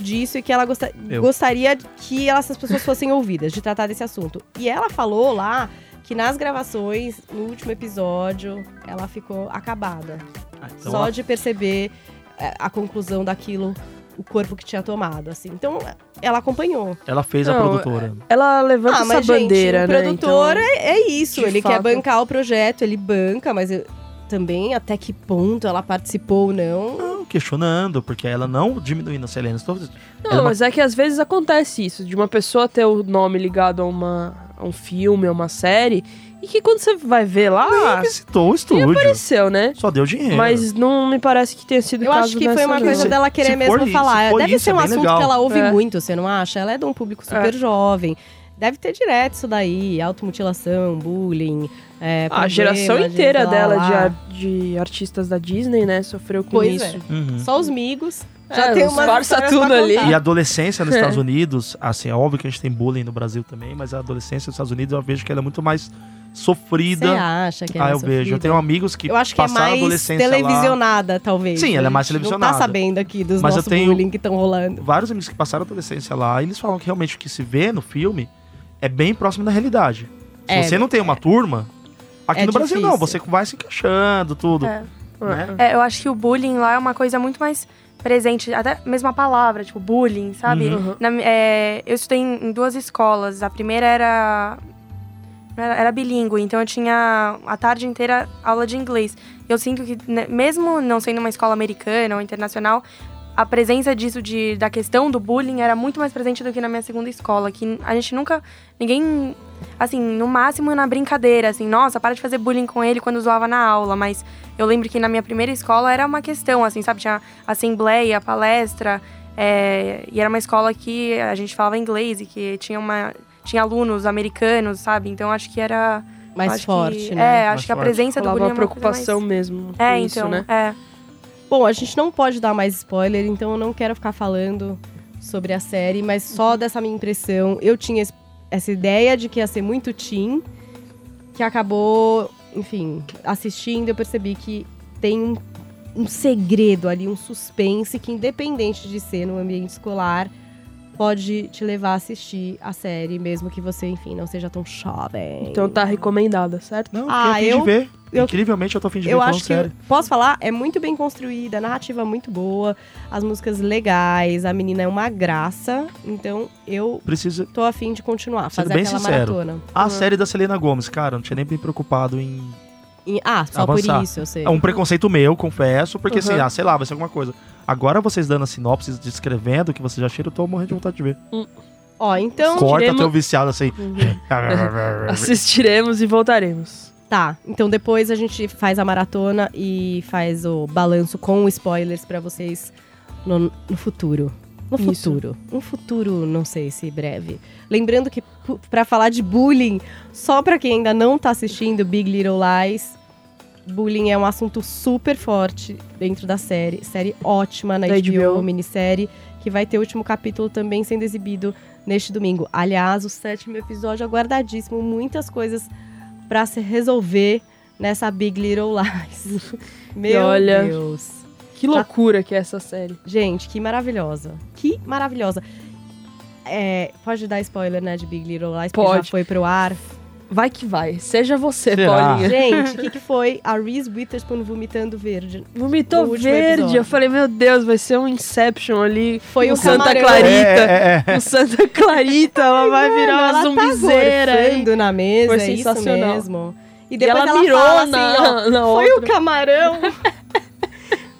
[SPEAKER 2] disso e que ela gosta-
[SPEAKER 3] Eu.
[SPEAKER 2] gostaria que elas- essas pessoas fossem ouvidas, de tratar desse assunto. E ela falou lá que nas gravações, no último episódio, ela ficou acabada.
[SPEAKER 3] Ah, então
[SPEAKER 2] só
[SPEAKER 3] ela-
[SPEAKER 2] de perceber é, a conclusão daquilo, o corpo que tinha tomado, assim. Então, ela acompanhou.
[SPEAKER 3] Ela fez a
[SPEAKER 4] Não, é.
[SPEAKER 3] produtora.
[SPEAKER 4] Ela levanta
[SPEAKER 2] Ah,
[SPEAKER 4] essa
[SPEAKER 2] mas, gente,
[SPEAKER 4] bandeira,
[SPEAKER 2] o
[SPEAKER 4] né?
[SPEAKER 2] produtor
[SPEAKER 4] então...
[SPEAKER 2] é- é isso.
[SPEAKER 4] de
[SPEAKER 2] Ele quer
[SPEAKER 4] fato.
[SPEAKER 2] bancar o projeto, ele banca, mas eu- também até que ponto ela participou ou não.
[SPEAKER 3] Não, questionando, porque ela não diminuindo a Selena. Estou...
[SPEAKER 4] Não,
[SPEAKER 3] Ela é uma-
[SPEAKER 4] mas é que às vezes acontece isso, de uma pessoa ter o nome ligado a, uma, a um filme, a uma série, e que quando você vai ver lá,
[SPEAKER 3] Visitou o estúdio.
[SPEAKER 4] Ah, apareceu, né?
[SPEAKER 3] Só deu dinheiro.
[SPEAKER 4] Mas não me parece que tenha sido o
[SPEAKER 2] Eu
[SPEAKER 4] caso
[SPEAKER 2] acho que foi
[SPEAKER 4] nessa
[SPEAKER 2] uma
[SPEAKER 4] não.
[SPEAKER 2] coisa
[SPEAKER 3] Se-
[SPEAKER 2] dela querer
[SPEAKER 3] se
[SPEAKER 2] mesmo
[SPEAKER 3] for isso-
[SPEAKER 2] falar.
[SPEAKER 3] se for
[SPEAKER 2] Deve
[SPEAKER 3] isso,
[SPEAKER 2] ser
[SPEAKER 3] é
[SPEAKER 2] um
[SPEAKER 3] bem
[SPEAKER 2] assunto
[SPEAKER 3] legal.
[SPEAKER 2] que ela ouve
[SPEAKER 4] É.
[SPEAKER 2] muito, você não acha? Ela é de um público super
[SPEAKER 4] É.
[SPEAKER 2] jovem. Deve ter direto isso daí, automutilação, bullying. é,
[SPEAKER 4] A
[SPEAKER 2] problema
[SPEAKER 4] geração
[SPEAKER 2] de
[SPEAKER 4] inteira
[SPEAKER 2] blá,
[SPEAKER 4] dela
[SPEAKER 2] blá.
[SPEAKER 4] de, ar- de artistas da Disney, né, sofreu com
[SPEAKER 2] Pois é.
[SPEAKER 4] isso.
[SPEAKER 3] Uhum.
[SPEAKER 2] Só os migos.
[SPEAKER 4] É,
[SPEAKER 2] Já tem
[SPEAKER 4] os
[SPEAKER 2] uma
[SPEAKER 4] farsa tudo ali.
[SPEAKER 3] E a adolescência nos
[SPEAKER 4] É.
[SPEAKER 3] Estados Unidos, assim, é óbvio que a gente tem bullying no Brasil também, mas a adolescência nos Estados Unidos eu vejo que ela é muito mais
[SPEAKER 2] Você
[SPEAKER 3] sofrida.
[SPEAKER 2] acha que é
[SPEAKER 3] ah, eu
[SPEAKER 2] mais
[SPEAKER 3] vejo. Eu
[SPEAKER 2] sofrida?
[SPEAKER 3] tenho amigos que
[SPEAKER 2] Eu acho que é
[SPEAKER 3] passaram a
[SPEAKER 2] mais
[SPEAKER 3] adolescência lá.
[SPEAKER 2] televisionada, talvez.
[SPEAKER 3] Sim, ela é mais
[SPEAKER 2] A gente Não
[SPEAKER 3] televisionada.
[SPEAKER 2] tá sabendo aqui dos
[SPEAKER 3] Mas eu
[SPEAKER 2] nossos
[SPEAKER 3] tenho-
[SPEAKER 2] bullying que estão rolando.
[SPEAKER 3] Vários amigos que passaram a adolescência lá, e eles falam que realmente o que se vê no filme é bem próximo da realidade. Se
[SPEAKER 2] É,
[SPEAKER 3] você não tem uma turma, aqui
[SPEAKER 2] é
[SPEAKER 3] no Brasil não, você
[SPEAKER 2] difícil.
[SPEAKER 3] vai se encaixando, tudo.
[SPEAKER 5] É.
[SPEAKER 4] Ah,
[SPEAKER 3] Né?
[SPEAKER 5] É, eu acho que o bullying lá é uma coisa muito mais presente, até mesmo a palavra, tipo, bullying, sabe?
[SPEAKER 4] Uhum.
[SPEAKER 5] Na mi- é, eu estudei em em duas escolas. A primeira era, era. era bilíngue, então eu tinha a tarde inteira aula de inglês. Eu sinto que, né, mesmo não sendo uma escola americana ou internacional, a presença disso, de, da questão do bullying, era muito mais presente do que na minha segunda escola. Que a gente nunca. Ninguém. Assim, no máximo na brincadeira, assim, nossa, para de fazer bullying com ele quando zoava na aula. Mas eu lembro que na minha primeira escola era uma questão, assim, sabe? Tinha assembleia, palestra, é, e era uma escola que a gente falava inglês e que tinha uma tinha alunos americanos, sabe? Então acho que era
[SPEAKER 2] Mais
[SPEAKER 5] acho
[SPEAKER 2] forte,
[SPEAKER 5] que,
[SPEAKER 2] né?
[SPEAKER 5] É, acho
[SPEAKER 3] Mais
[SPEAKER 5] que a
[SPEAKER 3] forte.
[SPEAKER 5] presença do
[SPEAKER 4] Falava
[SPEAKER 5] bullying é
[SPEAKER 4] uma
[SPEAKER 5] uma coisa mais-
[SPEAKER 4] preocupação mesmo com
[SPEAKER 5] É,
[SPEAKER 4] isso,
[SPEAKER 5] então,
[SPEAKER 4] né?
[SPEAKER 5] é.
[SPEAKER 2] Bom, a gente não pode dar mais spoiler, então eu não quero ficar falando sobre a série, mas só dessa minha impressão. Eu tinha es- essa ideia de que ia ser muito teen, que acabou, enfim, assistindo, eu percebi que tem um, um segredo ali, um suspense que, independente de ser no ambiente escolar, pode te levar a assistir a série, mesmo que você, enfim, não seja tão jovem.
[SPEAKER 4] Então tá recomendada, certo?
[SPEAKER 3] Não,
[SPEAKER 2] Ah,
[SPEAKER 3] fiquei a fim
[SPEAKER 2] eu-
[SPEAKER 3] de ver.
[SPEAKER 2] eu-
[SPEAKER 3] Incrivelmente eu tô a fim de ver
[SPEAKER 2] Eu
[SPEAKER 3] falando
[SPEAKER 2] acho que,
[SPEAKER 3] sério.
[SPEAKER 2] posso falar, é muito bem construída, narrativa é muito boa, as músicas legais, a menina é uma graça, então eu
[SPEAKER 3] Precisa.
[SPEAKER 2] tô afim de continuar,
[SPEAKER 3] Sendo
[SPEAKER 2] fazer
[SPEAKER 3] bem
[SPEAKER 2] aquela
[SPEAKER 3] sincero.
[SPEAKER 2] maratona.
[SPEAKER 3] A série da Selena Gomes, cara, não tinha nem me preocupado em
[SPEAKER 2] E- ah, só
[SPEAKER 3] Avançar.
[SPEAKER 2] por isso, eu sei.
[SPEAKER 3] É um preconceito meu, confesso, porque assim,
[SPEAKER 4] Uhum.
[SPEAKER 3] ah, sei lá, vai ser alguma coisa. Agora vocês dando a sinopse, descrevendo o que vocês acharam, eu tô morrendo de vontade de ver.
[SPEAKER 2] Ó, então, Uhum.
[SPEAKER 3] Corta
[SPEAKER 4] diremos-
[SPEAKER 3] até o viciado assim. É,
[SPEAKER 4] Assistiremos e voltaremos.
[SPEAKER 2] tá. Então depois a gente faz a maratona e faz o balanço com spoilers pra vocês no, no futuro. No
[SPEAKER 4] Isso.
[SPEAKER 2] futuro. Um futuro, não sei se breve. Lembrando que pu- pra falar de bullying, só pra quem ainda não tá assistindo Big Little Lies, bullying é um assunto super forte dentro da série. Série ótima na
[SPEAKER 4] Da
[SPEAKER 2] HBO,
[SPEAKER 4] HBO.
[SPEAKER 2] minissérie, que vai ter o último capítulo também sendo exibido neste domingo. Aliás, o sétimo episódio aguardadíssimo, muitas coisas pra se resolver nessa Big Little Lies. Meu
[SPEAKER 4] olha,
[SPEAKER 2] Deus.
[SPEAKER 4] Que loucura que é essa série.
[SPEAKER 2] Gente, que maravilhosa. Que maravilhosa. É, pode dar spoiler, né, de Big Little Lies, porque
[SPEAKER 4] Pode.
[SPEAKER 2] já foi pro ar.
[SPEAKER 4] Vai que vai. Seja você,
[SPEAKER 3] Será?
[SPEAKER 4] Paulinha.
[SPEAKER 2] Gente, o que, que foi a Reese Witherspoon vomitando verde?
[SPEAKER 4] Vomitou
[SPEAKER 2] O último
[SPEAKER 4] verde.
[SPEAKER 2] episódio.
[SPEAKER 4] Eu falei, meu Deus, vai ser um Inception ali.
[SPEAKER 2] Foi
[SPEAKER 4] um
[SPEAKER 2] o
[SPEAKER 4] Santa
[SPEAKER 2] camarão.
[SPEAKER 3] É,
[SPEAKER 4] Clarita.
[SPEAKER 3] é, é.
[SPEAKER 4] O Santa Clarita, ela vai virar uma
[SPEAKER 2] ela tá
[SPEAKER 4] zumbizeira. hein?
[SPEAKER 2] gorfando na mesa,
[SPEAKER 4] Foi
[SPEAKER 2] é isso
[SPEAKER 4] sensacional.
[SPEAKER 2] mesmo. E
[SPEAKER 4] e
[SPEAKER 2] depois
[SPEAKER 4] ela,
[SPEAKER 2] ela,
[SPEAKER 4] mirou
[SPEAKER 2] fala
[SPEAKER 4] na,
[SPEAKER 2] assim, ó,
[SPEAKER 4] na
[SPEAKER 2] foi o
[SPEAKER 4] outra.
[SPEAKER 2] camarão.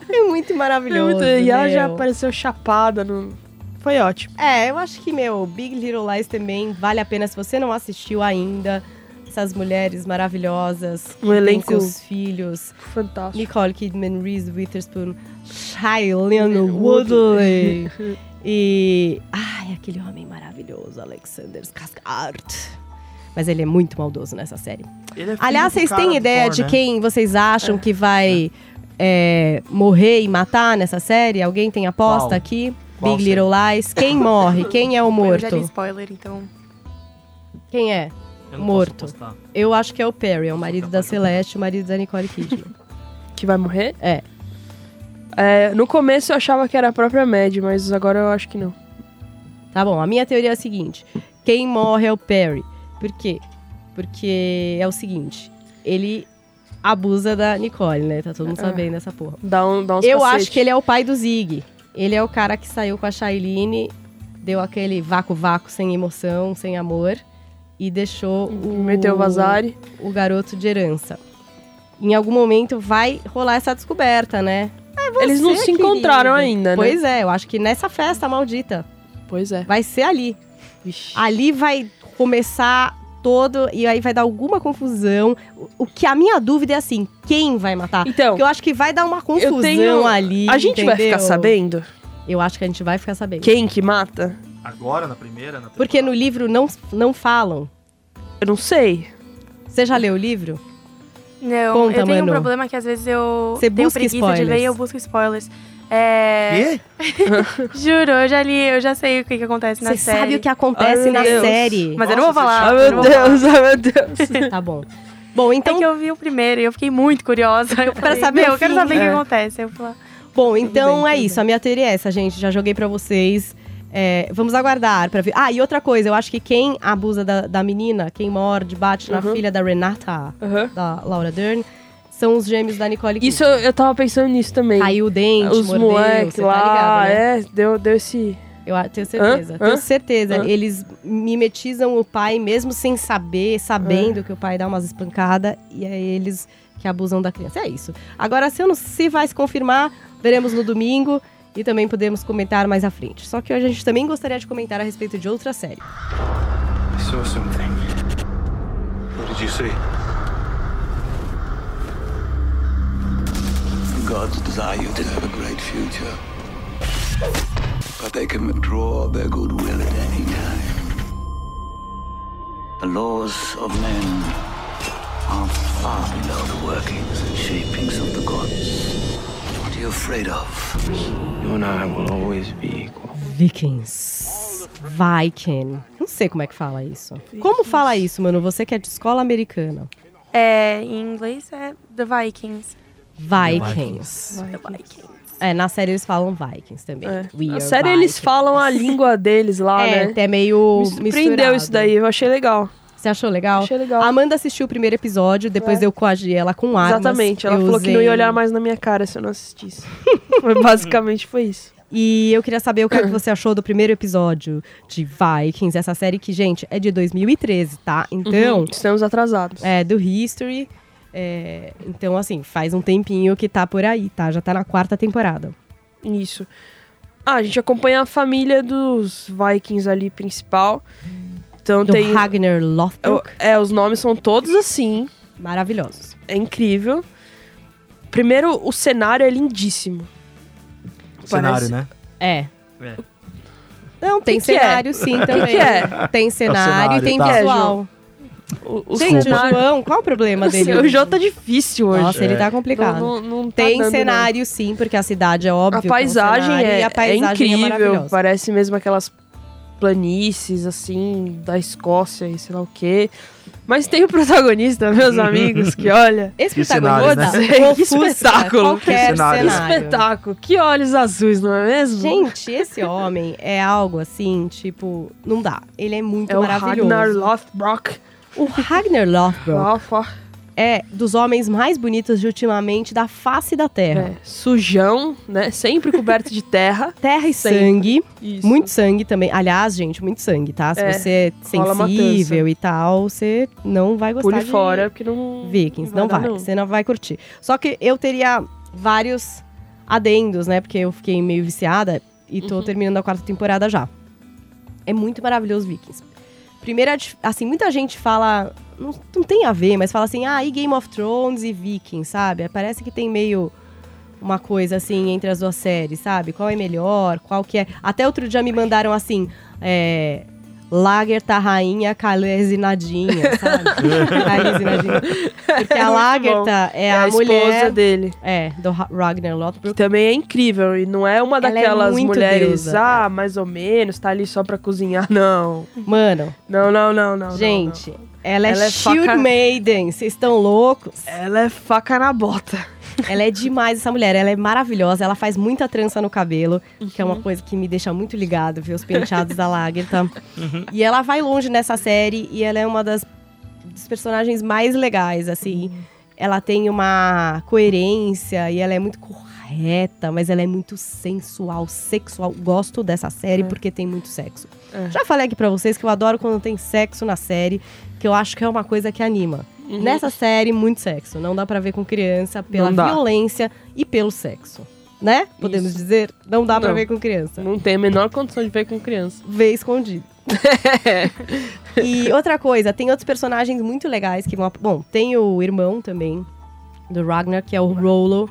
[SPEAKER 2] é muito
[SPEAKER 4] Foi
[SPEAKER 2] maravilhoso,
[SPEAKER 4] muito- E ela já
[SPEAKER 2] meu.
[SPEAKER 4] apareceu chapada. No... Foi ótimo.
[SPEAKER 2] É, eu acho que, meu, Big Little Lies também vale a pena se você não assistiu ainda. Essas mulheres maravilhosas,
[SPEAKER 4] Um
[SPEAKER 2] tem
[SPEAKER 4] elenco
[SPEAKER 2] seus filhos.
[SPEAKER 4] fantástico.
[SPEAKER 2] Nicole Kidman, Reese Witherspoon, Shailene Woodley. e. Ai, aquele homem maravilhoso, Alexander Skarsgård. Mas ele é muito maldoso nessa série.
[SPEAKER 3] Ele é filho
[SPEAKER 2] Aliás,
[SPEAKER 3] do
[SPEAKER 2] vocês
[SPEAKER 3] cara
[SPEAKER 2] têm
[SPEAKER 3] do
[SPEAKER 2] ideia
[SPEAKER 3] Thor,
[SPEAKER 2] de
[SPEAKER 3] né?
[SPEAKER 2] quem vocês acham que vai é, morrer e matar nessa série? Alguém tem aposta
[SPEAKER 3] Qual?
[SPEAKER 2] aqui?
[SPEAKER 3] Qual
[SPEAKER 2] Big Little Lies. Quem morre? Quem é o
[SPEAKER 5] Eu já li
[SPEAKER 2] morto?
[SPEAKER 5] spoiler, então.
[SPEAKER 2] Quem é?
[SPEAKER 3] Eu não posso
[SPEAKER 2] morto.
[SPEAKER 3] apostar.
[SPEAKER 2] Eu acho que é o Perry, é o marido da
[SPEAKER 3] capaz de-
[SPEAKER 2] Celeste, o marido da Nicole Kidman.
[SPEAKER 4] Que vai morrer?
[SPEAKER 2] É.
[SPEAKER 4] É, No começo eu achava que era a própria Mad, mas agora eu acho que não.
[SPEAKER 2] Tá bom, a minha teoria é a seguinte: quem morre é o Perry. Por quê? Porque é o seguinte: ele abusa da Nicole, né? Tá todo
[SPEAKER 3] Ah.
[SPEAKER 2] mundo sabendo dessa porra.
[SPEAKER 4] Dá, um, dá uns
[SPEAKER 2] Eu
[SPEAKER 4] cacete.
[SPEAKER 2] acho que ele é o pai do Zig. Ele é o cara que saiu com a Shailene, deu aquele vácuo-vácuo sem emoção, sem amor, e deixou é o,
[SPEAKER 4] Meteu o Vazari.
[SPEAKER 2] o garoto de herança. Em algum momento vai rolar essa descoberta, né?
[SPEAKER 4] Eles não
[SPEAKER 2] Você,
[SPEAKER 4] se encontraram
[SPEAKER 2] querido.
[SPEAKER 4] ainda, né?
[SPEAKER 2] Pois é, eu acho que nessa festa maldita.
[SPEAKER 4] Pois é. Ah,
[SPEAKER 2] Vai ser ali.
[SPEAKER 4] Vixe.
[SPEAKER 2] Ali vai começar todo. E aí vai dar alguma confusão. O- O que a minha dúvida é assim: quem vai matar?
[SPEAKER 4] Então,
[SPEAKER 2] Porque eu acho que vai dar uma confusão
[SPEAKER 4] tenho-
[SPEAKER 2] ali.
[SPEAKER 4] a gente vai
[SPEAKER 2] entendeu?
[SPEAKER 4] ficar sabendo
[SPEAKER 2] Eu acho que a gente vai ficar sabendo.
[SPEAKER 4] quem que mata?
[SPEAKER 3] Agora, na primeira, na
[SPEAKER 2] Porque no
[SPEAKER 3] temporada?
[SPEAKER 2] livro não, não falam.
[SPEAKER 4] Eu não sei.
[SPEAKER 2] Você já leu o livro?
[SPEAKER 5] Não,
[SPEAKER 2] Conta,
[SPEAKER 5] eu tenho
[SPEAKER 2] Manu.
[SPEAKER 5] um problema que às vezes eu
[SPEAKER 2] Você
[SPEAKER 5] tenho
[SPEAKER 2] busca
[SPEAKER 5] preguiça de
[SPEAKER 2] spoilers.
[SPEAKER 5] ler e eu busco spoilers. É,
[SPEAKER 3] Quê?
[SPEAKER 5] juro, eu já li, eu já sei o que, que acontece na
[SPEAKER 2] Você
[SPEAKER 5] série.
[SPEAKER 2] sabe o que é? acontece
[SPEAKER 4] Ai, meu
[SPEAKER 2] na
[SPEAKER 4] Deus.
[SPEAKER 2] série.
[SPEAKER 5] Mas
[SPEAKER 3] Nossa,
[SPEAKER 5] eu não vou
[SPEAKER 4] Ai,
[SPEAKER 5] falar. eu
[SPEAKER 4] Ah, meu
[SPEAKER 5] não vou falar.
[SPEAKER 4] Deus, ai, meu Deus.
[SPEAKER 2] Tá bom. Bom,
[SPEAKER 5] É
[SPEAKER 2] então,
[SPEAKER 5] que eu vi o primeiro e eu fiquei muito curiosa. Eu falei,
[SPEAKER 2] saber
[SPEAKER 5] "Meu,
[SPEAKER 2] o
[SPEAKER 5] eu quero
[SPEAKER 2] fim."
[SPEAKER 5] saber o que
[SPEAKER 4] É.
[SPEAKER 5] acontece. Eu falei,
[SPEAKER 2] bom, então
[SPEAKER 4] bem,
[SPEAKER 2] é
[SPEAKER 4] tudo
[SPEAKER 2] isso. A minha teoria é essa, gente. Já joguei pra vocês. É, vamos aguardar pra ver. Ah, e outra coisa. Eu acho que quem abusa da, da menina, quem morde, bate na
[SPEAKER 4] Uhum.
[SPEAKER 2] filha da Renata,
[SPEAKER 4] Aham.
[SPEAKER 2] da Laura Dern, são os gêmeos da Nicole
[SPEAKER 4] Isso
[SPEAKER 2] Kidman.
[SPEAKER 4] eu, eu tava pensando nisso também.
[SPEAKER 2] Caiu o dente,
[SPEAKER 4] Os
[SPEAKER 2] mordeu,
[SPEAKER 4] moleques
[SPEAKER 2] você
[SPEAKER 4] lá,
[SPEAKER 2] tá ligado, né?
[SPEAKER 4] é, deu, deu esse.
[SPEAKER 2] Eu a- tenho certeza.
[SPEAKER 4] Hã?
[SPEAKER 2] Tenho
[SPEAKER 4] Hã?
[SPEAKER 2] certeza.
[SPEAKER 4] Hã?
[SPEAKER 2] Eles mimetizam o pai mesmo sem saber,
[SPEAKER 4] É.
[SPEAKER 2] sabendo que o pai dá umas espancadas e é eles que abusam da criança. É isso. Agora, se, eu não, se vai se confirmar, veremos no domingo e também podemos comentar mais à frente. Só que hoje a gente também gostaria de comentar a respeito de outra série.
[SPEAKER 6] I saw something. What did you see?
[SPEAKER 7] Gods desire you to have a great future. But they can withdraw their goodwill at any time. The laws of men are far below the workings and shapings of the gods. What are you afraid of?
[SPEAKER 6] You and I will always be equal.
[SPEAKER 2] Vikings. Viking. Não sei como é que fala isso. Como fala isso, mano? Você que é de escola americana.
[SPEAKER 5] é, em inglês é The Vikings.
[SPEAKER 2] Vikings.
[SPEAKER 5] The Vikings.
[SPEAKER 2] É, na série eles falam Vikings também.
[SPEAKER 4] É.
[SPEAKER 2] We
[SPEAKER 4] Na
[SPEAKER 2] are
[SPEAKER 4] série eles
[SPEAKER 2] Vikings.
[SPEAKER 4] falam a língua deles lá,
[SPEAKER 2] é,
[SPEAKER 4] né?
[SPEAKER 2] até meio
[SPEAKER 4] Me surpreendeu
[SPEAKER 2] misturado.
[SPEAKER 4] isso daí, eu achei legal.
[SPEAKER 2] Você achou legal?
[SPEAKER 4] Achei legal. É.
[SPEAKER 2] A Amanda assistiu o primeiro episódio, depois eu coagi ela com armas.
[SPEAKER 4] Exatamente, ela
[SPEAKER 2] Eu
[SPEAKER 4] falou que não ia
[SPEAKER 2] usei- um-
[SPEAKER 4] olhar mais na minha cara se eu não assistisse. Foi, basicamente foi isso.
[SPEAKER 2] E eu queria saber o que, é que você achou do primeiro episódio de Vikings, essa série que, gente, é de 2013, tá? Então,
[SPEAKER 4] Estamos atrasados.
[SPEAKER 2] é do History. é, então, assim, faz um tempinho que tá por aí, tá? Já tá na quarta temporada.
[SPEAKER 4] Isso. Ah, a gente acompanha a família dos Vikings ali principal. Então
[SPEAKER 2] Do
[SPEAKER 4] tem.
[SPEAKER 2] Ragnar Lothbrok.
[SPEAKER 4] É, os nomes são todos assim.
[SPEAKER 2] Maravilhosos.
[SPEAKER 4] É incrível. Primeiro, o cenário é lindíssimo.
[SPEAKER 3] Cenário,
[SPEAKER 4] Parece-
[SPEAKER 3] né?
[SPEAKER 2] É.
[SPEAKER 3] É.
[SPEAKER 2] Não, tem
[SPEAKER 4] que que é?
[SPEAKER 2] cenário sim também.
[SPEAKER 4] que é?
[SPEAKER 2] Tem cenário e
[SPEAKER 3] cenário,
[SPEAKER 2] tem
[SPEAKER 3] tá.
[SPEAKER 2] visual.
[SPEAKER 4] O, o
[SPEAKER 2] Gente, o
[SPEAKER 4] cenário.
[SPEAKER 2] João, qual o problema
[SPEAKER 4] Não sei,
[SPEAKER 2] dele?
[SPEAKER 4] o João tá difícil hoje.
[SPEAKER 2] Nossa,
[SPEAKER 3] É.
[SPEAKER 2] ele tá
[SPEAKER 4] não,
[SPEAKER 2] complicado.
[SPEAKER 4] não, não tá
[SPEAKER 2] tem
[SPEAKER 4] dando, não.
[SPEAKER 2] cenário sim, porque a cidade é óbvio.
[SPEAKER 4] A
[SPEAKER 2] que é um
[SPEAKER 4] paisagem,
[SPEAKER 2] cenário,
[SPEAKER 4] é,
[SPEAKER 2] e a
[SPEAKER 4] é
[SPEAKER 2] paisagem é
[SPEAKER 4] incrível.
[SPEAKER 2] maravilhosa.
[SPEAKER 4] Parece mesmo aquelas planícies, assim, da Escócia e sei lá o quê. Mas tem o protagonista, meus amigos, que olha.
[SPEAKER 2] Esse
[SPEAKER 3] Que
[SPEAKER 2] protagonista,
[SPEAKER 3] cenário,
[SPEAKER 4] né?
[SPEAKER 2] ofusca
[SPEAKER 4] Que espetáculo.
[SPEAKER 2] Qualquer
[SPEAKER 3] Que cenário.
[SPEAKER 2] cenário.
[SPEAKER 4] Espetáculo, que olhos azuis, não é mesmo?
[SPEAKER 2] Gente, esse homem é algo assim, tipo, não dá. Ele é muito
[SPEAKER 4] é o
[SPEAKER 2] maravilhoso.
[SPEAKER 4] Ragnar Lothbrok.
[SPEAKER 2] O Ragnar Lothbrok
[SPEAKER 4] Lothbrok.
[SPEAKER 2] é dos homens mais bonitos de ultimamente da face da Terra.
[SPEAKER 4] É, sujão, né? Sempre coberto de terra.
[SPEAKER 2] Terra e
[SPEAKER 4] É. Sempre.
[SPEAKER 2] sangue,
[SPEAKER 4] Isso.
[SPEAKER 2] muito sangue também. Aliás, gente, muito sangue, tá? Se
[SPEAKER 4] É,
[SPEAKER 2] você é
[SPEAKER 4] rola
[SPEAKER 2] sensível e tal, você não vai gostar
[SPEAKER 4] Pule
[SPEAKER 2] de
[SPEAKER 4] fora, porque não.
[SPEAKER 2] Vikings, não vai,
[SPEAKER 4] dar,
[SPEAKER 2] você não vai curtir. Só que eu teria vários adendos, né? Porque eu fiquei meio viciada e
[SPEAKER 4] Uhum.
[SPEAKER 2] tô terminando a quarta temporada já. É muito maravilhoso Vikings. Primeira, dif- assim, muita gente fala, não, não tem a ver, mas fala assim, ah, e Game of Thrones e Vikings, sabe? É, Parece que tem meio uma coisa assim entre as duas séries, sabe? Qual é melhor, qual que é. Até outro dia me mandaram assim, é. Lager tá rainha, Calesinadinha, sabe? Calesinadinha. Porque a
[SPEAKER 4] Muito bom.
[SPEAKER 2] Lagerta é,
[SPEAKER 4] É,
[SPEAKER 2] a,
[SPEAKER 4] a esposa
[SPEAKER 2] mulher
[SPEAKER 4] dele.
[SPEAKER 2] é, do Ra- Ragnar
[SPEAKER 4] Que
[SPEAKER 2] Lothbrok.
[SPEAKER 4] também é incrível. E não é uma
[SPEAKER 2] Ela é
[SPEAKER 4] daquelas
[SPEAKER 2] muito
[SPEAKER 4] mulheres,
[SPEAKER 2] deusa,
[SPEAKER 4] ah, mais ou menos, tá ali só pra cozinhar. Não.
[SPEAKER 2] Mano,
[SPEAKER 4] Não, não, não, não. não,
[SPEAKER 2] gente, ela é,
[SPEAKER 4] Ela é
[SPEAKER 2] Shield
[SPEAKER 4] faca-
[SPEAKER 2] Maiden, vocês estão loucos?
[SPEAKER 4] não. Ela é faca na bota.
[SPEAKER 2] Ela é demais essa mulher, ela é maravilhosa, ela faz muita trança no cabelo, que é
[SPEAKER 4] Uhum.
[SPEAKER 2] uma coisa que me deixa muito ligado ver os penteados da Lagerta.
[SPEAKER 4] Uhum.
[SPEAKER 2] E ela
[SPEAKER 4] Uhum.
[SPEAKER 2] vai longe nessa série e ela é uma das dos personagens mais legais, assim. ela tem uma coerência e ela é muito correta, mas ela é muito sensual, sexual. Gosto dessa série porque tem muito sexo.
[SPEAKER 4] É.
[SPEAKER 2] Já falei aqui pra vocês que eu adoro quando tem sexo na série, que eu acho que é uma coisa que anima. Nessa série, muito sexo. Não dá pra ver com criança pela
[SPEAKER 4] Uhum. Não dá.
[SPEAKER 2] violência e pelo sexo. Né? Podemos dizer? Não dá pra
[SPEAKER 4] Não.
[SPEAKER 2] ver com criança.
[SPEAKER 4] Não tem a menor condição de ver com criança.
[SPEAKER 2] Vê escondido. e outra coisa, tem outros personagens muito legais que vão. ap- Bom, tem o irmão também do Ragnar, que é o Rolo,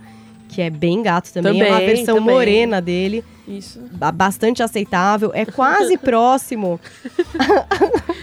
[SPEAKER 2] que é bem gato também. é uma
[SPEAKER 4] Também,
[SPEAKER 2] versão
[SPEAKER 4] também.
[SPEAKER 2] morena dele,
[SPEAKER 4] Isso.
[SPEAKER 2] ba- bastante aceitável. É quase próximo.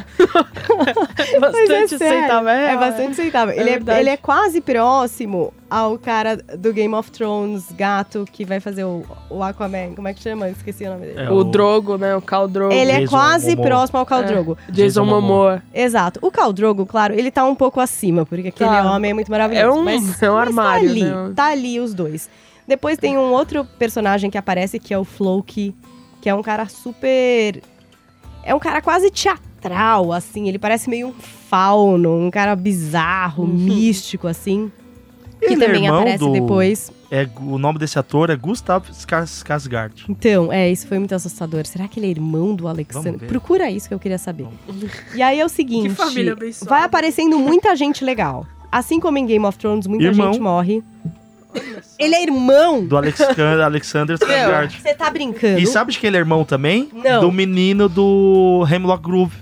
[SPEAKER 2] Mas é
[SPEAKER 4] Bastante
[SPEAKER 2] sério,
[SPEAKER 4] aceitável.
[SPEAKER 2] É bastante aceitável. ele, é,
[SPEAKER 4] verdade.
[SPEAKER 2] ele é quase próximo ao cara do Game of Thrones, gato, que vai fazer o, o Aquaman. Como é que chama? Esqueci o nome dele.
[SPEAKER 3] É,
[SPEAKER 4] O Drogo, né? O Khal Drogo.
[SPEAKER 2] Ele é
[SPEAKER 3] Jason
[SPEAKER 2] quase
[SPEAKER 3] Momoa.
[SPEAKER 2] próximo ao Khal
[SPEAKER 4] É.
[SPEAKER 2] Drogo.
[SPEAKER 3] Jason
[SPEAKER 4] Jason Momoa.
[SPEAKER 2] Exato. O Khal Drogo, claro, ele tá um pouco acima, porque aquele
[SPEAKER 4] Tá.
[SPEAKER 2] homem é muito maravilhoso.
[SPEAKER 4] É um-
[SPEAKER 2] mas,
[SPEAKER 4] é um
[SPEAKER 2] mas
[SPEAKER 4] armário,
[SPEAKER 2] Tá ali,
[SPEAKER 4] né?
[SPEAKER 2] tá ali os dois. Depois tem um outro personagem que aparece, que é o Floki, que é um cara super... É um cara quase teatral, assim. Ele parece meio um fauno, um cara bizarro,
[SPEAKER 4] Uhum.
[SPEAKER 2] místico, assim.
[SPEAKER 3] Ele
[SPEAKER 2] que
[SPEAKER 3] é
[SPEAKER 2] também
[SPEAKER 3] irmão
[SPEAKER 2] aparece
[SPEAKER 3] do-
[SPEAKER 2] depois.
[SPEAKER 3] É, o nome desse ator é Gustav Skars- Skarsgård.
[SPEAKER 2] Então, é, isso foi muito assustador. Será que ele é irmão do
[SPEAKER 3] Vamos
[SPEAKER 2] Alexandre?
[SPEAKER 3] ver.
[SPEAKER 2] Procura isso que eu queria saber. E aí é o seguinte:
[SPEAKER 4] Que família abençoada.
[SPEAKER 2] vai aparecendo muita gente legal. Assim como em Game of Thrones, muita
[SPEAKER 3] Irmão.
[SPEAKER 2] gente morre. Ele é irmão!
[SPEAKER 3] Do Alex Alexander Skarsgård.
[SPEAKER 2] Você tá brincando?
[SPEAKER 3] E sabe de que ele é irmão também?
[SPEAKER 2] Não.
[SPEAKER 3] Do menino do Hemlock Groove,